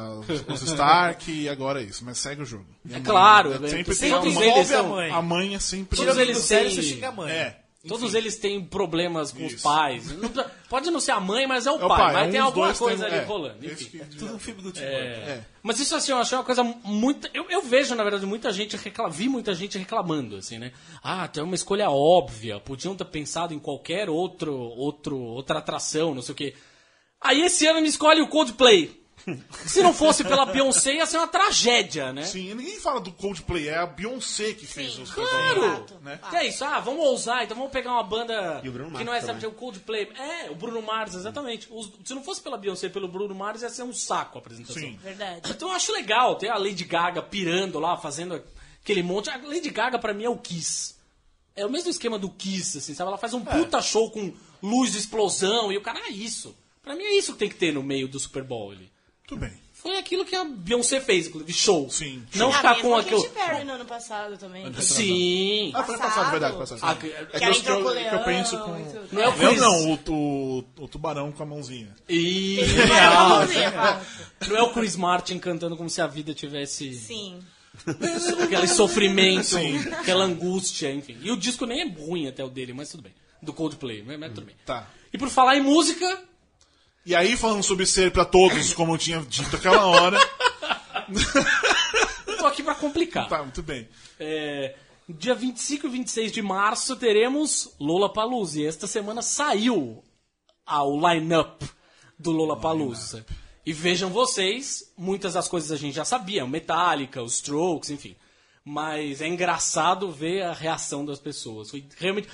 B: os Stark e agora é isso. Mas segue o jogo. E a mãe,
D: claro,
B: né?
D: né?
B: Sempre tem a
D: Todos
B: mãe.
D: eles
C: Envolve a
D: são-
C: mãe.
B: A mãe é sempre...
D: Todos eles
C: do sério,
D: têm-
C: você xinga a mãe.
B: É.
D: Todos eles têm problemas com os
B: Isso.
D: pais. Não precisa- pode não ser a mãe, mas é o
B: É o
D: pai.
B: pai.
D: Vai
B: é um
D: ter
B: dos
D: alguma
B: dois
D: coisa
B: tem-
D: ali
B: é.
D: rolando.
B: Esse
D: enfim.
B: que-
C: Tudo um filme do tipo.
B: É.
D: Mas isso assim, eu achei uma coisa muito. Eu, eu vejo, na verdade, muita gente recla... vi muita gente reclamando, assim, né? Ah, é uma escolha óbvia, podiam ter pensado em qualquer outro, outro, outra atração, não sei o quê. Aí esse ano me escolhe o Coldplay. Se não fosse pela Beyoncé, ia ser uma tragédia, né?
B: Sim, e ninguém fala do Coldplay, é a Beyoncé que fez
E: Sim,
B: os
D: Claro!
E: Exato.
B: né?
D: Que é isso, ah, vamos ousar, então vamos pegar uma banda
F: E o Bruno
D: que não é
F: Mars
D: sabe,
F: também.
D: o Coldplay. É, o Bruno Mars, exatamente. Os- se não fosse pela Beyoncé e pelo Bruno Mars, ia ser um saco a apresentação.
B: Sim.
E: Verdade.
D: Então eu acho legal ter a Lady Gaga pirando lá, fazendo aquele monte. A Lady Gaga, pra mim, é o Kiss. É o mesmo esquema do Kiss, assim, sabe? Ela faz
B: É.
D: um puta show com luz, explosão, e o cara, é isso. Pra mim é isso que tem que ter no meio do Super Bowl ali.
B: Tudo bem.
D: Foi aquilo que a Beyoncé fez, inclusive, show.
B: Sim.
D: Não
E: Ah,
D: ficar
E: mesmo
D: com
E: a Katy
D: aquilo.
E: Perry no ano passado também.
D: Sim.
B: Ah, foi passado, verdade, passado.
D: Ah,
B: sim. É
D: que- que
B: que
E: ela
B: eu- que eu,
E: entrou com o
B: que eu
E: leão
B: penso
E: e
B: com...
E: tudo.
D: Não é o
B: Não,
D: Chris.
B: não, o, o, o tubarão com a mãozinha.
D: E...
E: Vamos ver, Paulo.
D: Não é o Chris Martin cantando como se a vida tivesse
E: Sim.
D: aquele sofrimento,
B: Sim.
D: aquela angústia, enfim. E o disco nem é ruim até o dele, mas tudo bem. Do Coldplay, mas, mas tudo bem.
B: Tá.
D: E por falar em música,
B: E aí, falando sobre ser pra todos, como eu tinha dito aquela hora...
D: eu tô aqui pra complicar.
B: tá, muito bem.
D: É, dia 25 e 26 de março teremos Lola Paluz. E esta semana saiu ah, o line-up do Lola Paluz. E vejam vocês, muitas das coisas a gente já sabia: o Metallica, os Strokes, enfim. Mas é engraçado ver a reação das pessoas. Foi realmente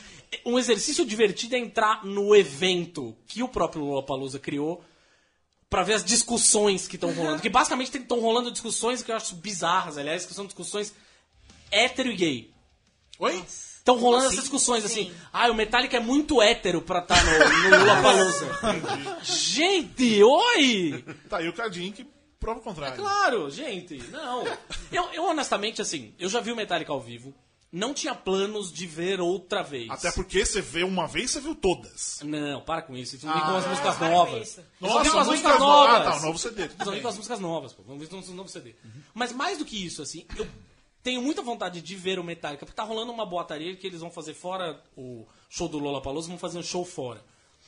D: um exercício divertido é entrar no evento que o próprio Lola Palusa criou Pra ver as discussões que estão rolando. Que basicamente estão rolando discussões que eu acho bizarras, aliás, que são discussões hétero e gay.
B: Oi?
D: Estão rolando essas discussões assim.
E: Sim.
D: Ah, o Metallica é muito hétero pra estar no, no Lula Gente, oi!
B: Tá, e o Cadinho que prova o contrário.
D: Claro, gente, não. Eu, eu honestamente, assim, eu já vi o Metallica ao vivo. Não tinha planos de ver outra vez.
B: Até porque você vê uma vez, você viu todas.
D: Não, para com isso. Eles não vêm com as
B: Ah,
D: músicas
E: para com
D: novas.
E: isso.
D: Eles só vêm com
B: músicas
D: as músicas
B: novas.
D: novas.
B: Ah, tá, o novo CD, tudo
D: Eles só vêm
B: bem.
D: com as músicas novas, pô. Vamos ver se um novo CD. Mas mais do que isso, assim, eu tenho muita vontade de ver o Metallica, porque tá rolando uma boataria que eles vão fazer fora o show do Lola Paloso, vão fazer um show fora.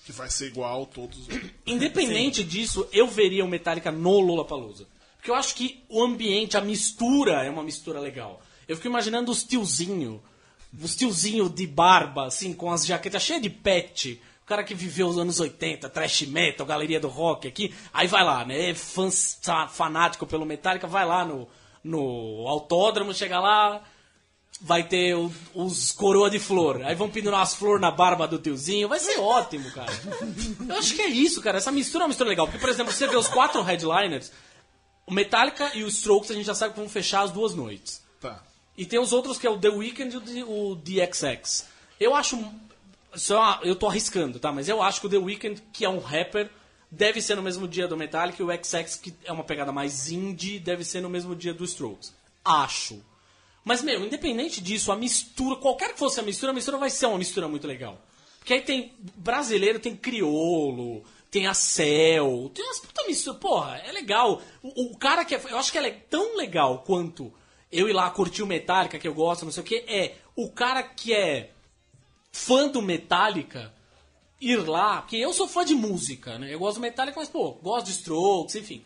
B: Que vai ser igual a todos.
D: Independente disso, eu veria o Metallica no Lollapalooza. Porque eu acho que o ambiente, a mistura é uma mistura legal. Eu fico imaginando os tiozinho, os tiozinho de barba, assim, com as jaquetas cheias de pet. O cara que viveu os anos 80, trash metal, galeria do rock aqui. Aí vai lá, né? É fã, sa- fanático pelo Metallica, vai lá no, no autódromo, chega lá, vai ter o- os coroa de flor. Aí vão pendurar as flores na barba do tiozinho. Vai ser ótimo, cara. Eu acho que é isso, cara. Essa mistura é uma mistura legal. Porque, por exemplo, você vê os quatro headliners, o Metallica e o Strokes, a gente já sabe que vão fechar as duas noites.
B: Tá.
D: E tem os outros que é o The Weeknd e o D- o DXX. Eu acho. Só, eu tô arriscando, tá? Mas eu acho que o The Weeknd, que é um rapper, deve ser no mesmo dia do Metallica e o XX, que é uma pegada mais indie, deve ser no mesmo dia do Strokes. Acho. Mas, meu, independente disso, a mistura, qualquer que fosse a mistura, a mistura vai ser uma mistura muito legal. Porque aí tem brasileiro, tem criolo, tem a Cel, tem umas puta mistura. Porra, é legal. O, o cara que é, Eu acho que ela é tão legal quanto eu ir lá curtir o Metallica, que eu gosto, não sei o que, é o cara que é fã do Metallica ir lá, porque eu sou fã de música, né? Eu gosto do Metallica, mas, pô, gosto de Strokes, enfim.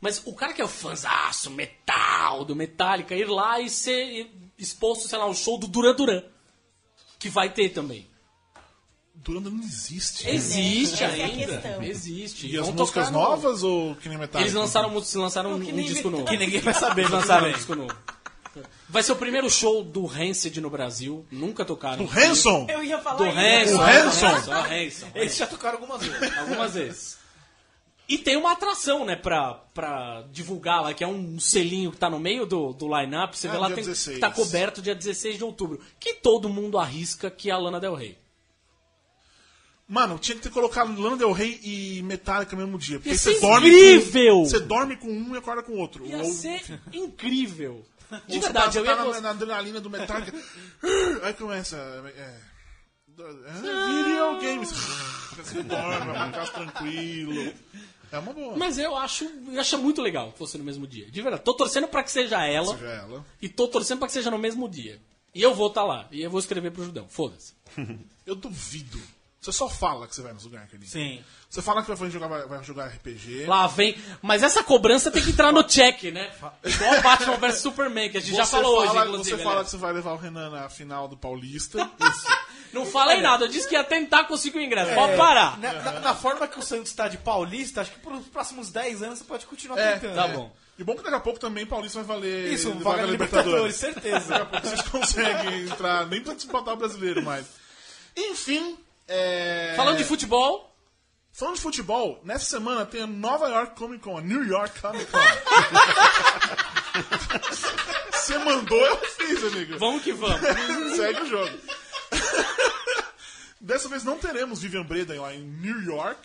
D: Mas o cara que é fãzaço, metal, do Metallica, ir lá e ser exposto, sei lá, um show do Duran Duran, que vai ter também.
B: Duranda não existe.
D: Existe
E: Essa é a
D: ainda.
E: questão.
D: Existe.
B: E as
D: Vão
B: músicas
D: tocar no-
B: novas ou que nem metal?
D: Eles lançaram, mu- lançaram um,
E: que
D: um
E: nem
D: disco novo.
E: metal. Que
C: Ninguém vai saber,
D: Eles
C: mas
D: lançaram um
C: tudo bem.
D: disco novo. Vai ser o primeiro show do Rancid no Brasil. Nunca tocaram.
B: O Hanson!
E: Eu ia falar
D: Do
E: isso.
D: Hanson.
B: O Hanson?
D: Do Hanson.
C: Eles já tocaram algumas vezes.
D: Algumas vezes. E tem uma atração, né, pra, pra divulgar lá, que é um selinho que tá no meio do, do line-up. Você
B: Ah,
D: vê lá,
B: dia
D: tem,
B: 16.
D: que tá coberto dia 16 de outubro. Que todo mundo arrisca que é a Lana Del Rey.
B: Mano, tinha que ter colocado Lana Del Rey e Metallica no mesmo dia. Porque
D: Ia
B: você
D: ser
B: dorme
D: é incrível!
B: Com, você dorme com um e acorda com o outro.
D: Ia
B: Ou-
D: ser incrível. De
B: ou você
D: verdade,
B: tá,
D: eu
B: tá
D: ia
B: na- na,
D: gostar.
B: adrenalina do Metallica. Aí começa. É, é, video games. Você dorme, é um caso tranquilo. É uma boa.
D: Mas eu acho, eu acho muito legal que fosse no mesmo dia. De verdade. Tô torcendo pra que seja ela.
B: Seja ela.
D: E tô torcendo pra que seja no mesmo dia. E eu vou estar lá. E eu vou escrever pro Judão. Foda-se.
B: Eu duvido. Você só fala que você vai nos lugares, querido.
C: Sim.
B: Você fala que vai jogar, vai, vai jogar RPG.
D: Lá vem. Mas essa cobrança tem que entrar no check, né? Igual o Batman vs Superman, que a gente já
B: Você
D: falou
B: fala-
D: hoje, inclusive.
B: Você fala
D: né?
B: que você vai levar o Renan na final do Paulista. Isso.
D: Não
B: É.
D: falei nada, eu disse que ia tentar conseguir o ingresso. Pode parar.
C: É. Na, na- na forma que o Santos está de paulista, acho que por os próximos 10 anos você pode continuar
B: É,
C: tentando.
D: Tá bom.
B: E bom que daqui a pouco também Paulista vai valer
C: Isso, vaga,
B: vaga
C: na
B: Libertadores.
C: Libertadores,
B: Daqui
C: certeza.
B: a pouco vocês conseguem entrar, nem pra disputar o brasileiro mais. Enfim, é...
D: Falando de futebol,
B: falando de futebol, nessa semana tem a Nova York Comic Con, a New York Comic Con. Você mandou, eu fiz, amigo.
D: vamos que vamos.
B: Segue o jogo. Dessa vez não teremos Vivian Breda lá em New York.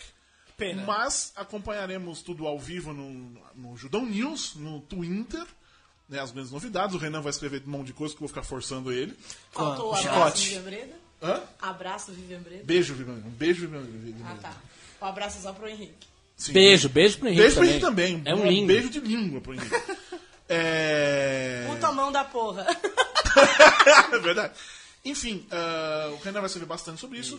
C: Pena.
B: Mas acompanharemos tudo ao vivo no, no Judão News, no Twitter. Né, as grandes novidades. O Renan vai escrever um monte de coisa que eu vou ficar forçando ele.
E: Faltou assim, o abraço,
B: Chicote.
E: Vivian Breda.
B: Hã?
E: Abraço, Vivian Breda.
B: Beijo, Vivian. Um beijo, Vivian. Breda.
E: Ah, tá. Um abraço só pro Henrique.
B: Sim.
D: Beijo, beijo pro Henrique.
B: Beijo pra
D: também.
B: Henrique também.
D: É um lindo.
B: Beijo de língua pro Henrique. é...
E: Puta mão da porra.
B: É verdade. Enfim, ah, o Renan vai saber bastante sobre isso.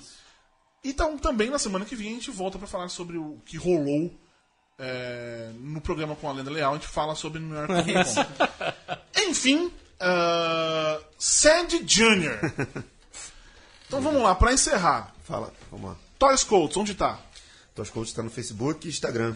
B: Então, também na semana que vem a gente volta pra falar sobre o que rolou eh, no programa com a Lenda Leal. A gente fala sobre New York Comic Con. Enfim, ah, Sandy Jr. Então vamos lá, pra encerrar.
F: Fala, vamos lá.
B: Toys Colts, onde tá?
F: Tosh Coach está no Facebook e Instagram.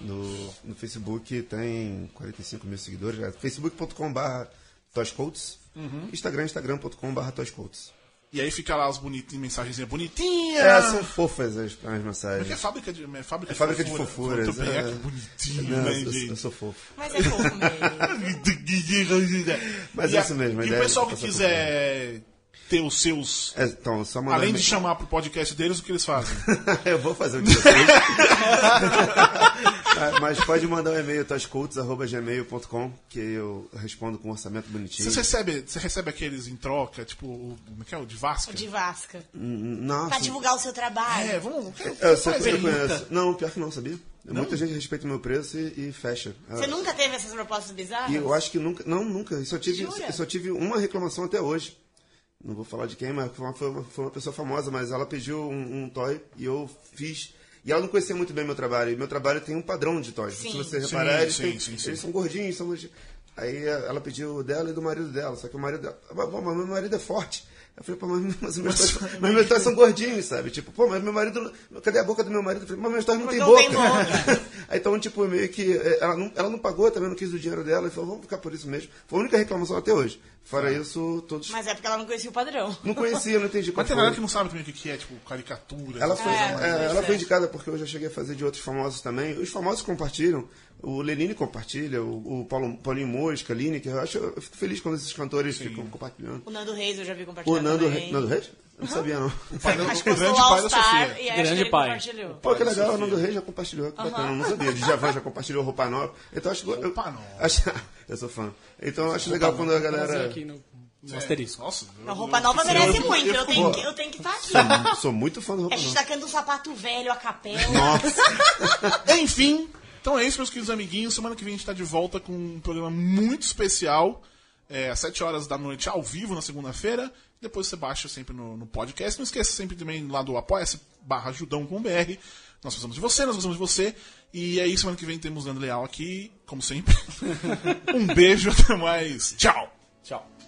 F: No, no Facebook tem 45 mil seguidores. É facebook.com.br Toscoats.
B: Uhum.
F: Instagram, instagram.com.br Toscoats.
B: E aí fica lá as bonitinhas, mensagenzinhas bonitinhas.
F: É, são fofas as, as
B: Porque é
F: mensagens.
B: fábrica de, é fábrica
F: É fábrica de
B: fofura.
F: fofuras.
B: Muito bem,
F: é.
B: é que bonitinho,
F: Não,
B: né,
F: eu, sou-
B: gente?
F: eu sou fofo.
E: Mas é pouco mesmo.
F: Mas
B: E
F: é
B: a-
F: isso mesmo, a
B: E o
F: ideia é
B: pessoal que
F: passar por
B: quiser ter os seus.
F: É, então, só mandar
B: Além de
F: e-mail.
B: chamar pro podcast deles, o que eles fazem?
F: Eu vou fazer o de vocês. Ah, Mas pode mandar um e-mail, toscoats.gmail.com, que eu respondo com um orçamento bonitinho.
B: Você recebe, você recebe aqueles em troca, tipo, o, como é que é? O de Vasca?
E: De Vasca.
F: Hum, Nossa.
E: Pra divulgar o seu trabalho.
B: É, vamos.
F: Eu sou eu
B: Pergunta.
F: conheço. Não, pior que não, sabia? Muita gente respeita o meu preço e, e fecha.
E: Você
F: Ah,
E: nunca teve essas propostas bizarras?
F: E eu acho que nunca. Não, nunca. Eu só tive,
E: Jura?
F: eu só tive uma reclamação até hoje. Não vou falar de quem, mas foi uma, foi uma, foi uma pessoa famosa, mas ela pediu um, um toy e eu fiz. E ela não conhecia muito bem meu trabalho. E meu trabalho tem um padrão de toys. Se
E: Sim.
F: você
B: Sim,
F: reparar, eles,
B: sim,
F: têm-
B: sim, sim.
F: eles são gordinhos, são gordinhos. Aí a- ela pediu o dela e do marido dela. Só que o marido dela. "Ah, Pô, mas meu marido é forte. Eu falei, pô, mas, mas, meus toys- mas meus toys são gordinhos, sabe? Tipo, pô, mas meu marido. Cadê a boca do meu marido? Eu falei, mas meus toys não
E: Mas
F: tem
E: não
F: boca.
E: tem boca.
F: Aí, então, tipo, meio que. eh, Ela não, ela não pagou, também não quis o dinheiro dela, e falou, vamos ficar por isso mesmo. Foi a única reclamação até hoje. Fora isso, todos.
E: Mas é porque ela não conhecia o padrão.
F: Não conhecia, não entendi
B: Tá.
F: qual
B: Mas tem
F: foi.
B: galera que não sabe também o que que é, tipo, caricatura.
F: Ela
B: essas
F: foi,
B: coisas. né?
E: É,
F: é, ela
E: é.
F: foi indicada porque eu já cheguei a fazer de outros famosos também. Os famosos compartilham. O Lenine compartilha, o, o Paulo, Paulinho Mosca, Lineker. Eu, acho, eu fico feliz quando esses cantores ficam compartilhando.
E: O Nando Reis eu já vi
F: O
E: compartilhar
F: Nando,
E: também.
F: Re- Nando Reis? Eu não sabia, não.
B: Padrão-
E: Acho
B: o
E: que postou
B: é um grande
E: o
B: pai da
E: All-Star
B: Sofia.
E: tá E aí acho que
D: Grande
E: ele
D: pai.
E: compartilhou.
F: Pô, que legal, o Nando Reis já compartilhou. que bacana, eu não sabia. Djavan já compartilhou roupa nova. Então acho que. eu-
B: Roupa Nova.
F: acho- eu sou fã. Então eu acho legal quando a galera.
D: Aqui no, no
B: É.
D: asterisco.
B: Nossa.
E: A roupa nova merece muito. Eu tenho, que, eu tenho que estar aqui.
F: Sou- Sou muito fã do
E: A
F: roupa
E: gente
F: nova.
E: tá cantando um sapato velho, a capela.
B: Enfim, então é isso, meus queridos amiguinhos. Semana que vem a gente tá de volta com um programa muito especial. é, às 7 horas da noite, ao vivo, na segunda-feira. Depois você baixa sempre no, no podcast. Não esqueça sempre também lá do apoia-se barra ajudão com BR. Nós precisamos de você, nós precisamos de você. E é isso, semana que vem temos Leandro Leal aqui, como sempre. um beijo, até mais. Tchau!
C: Tchau.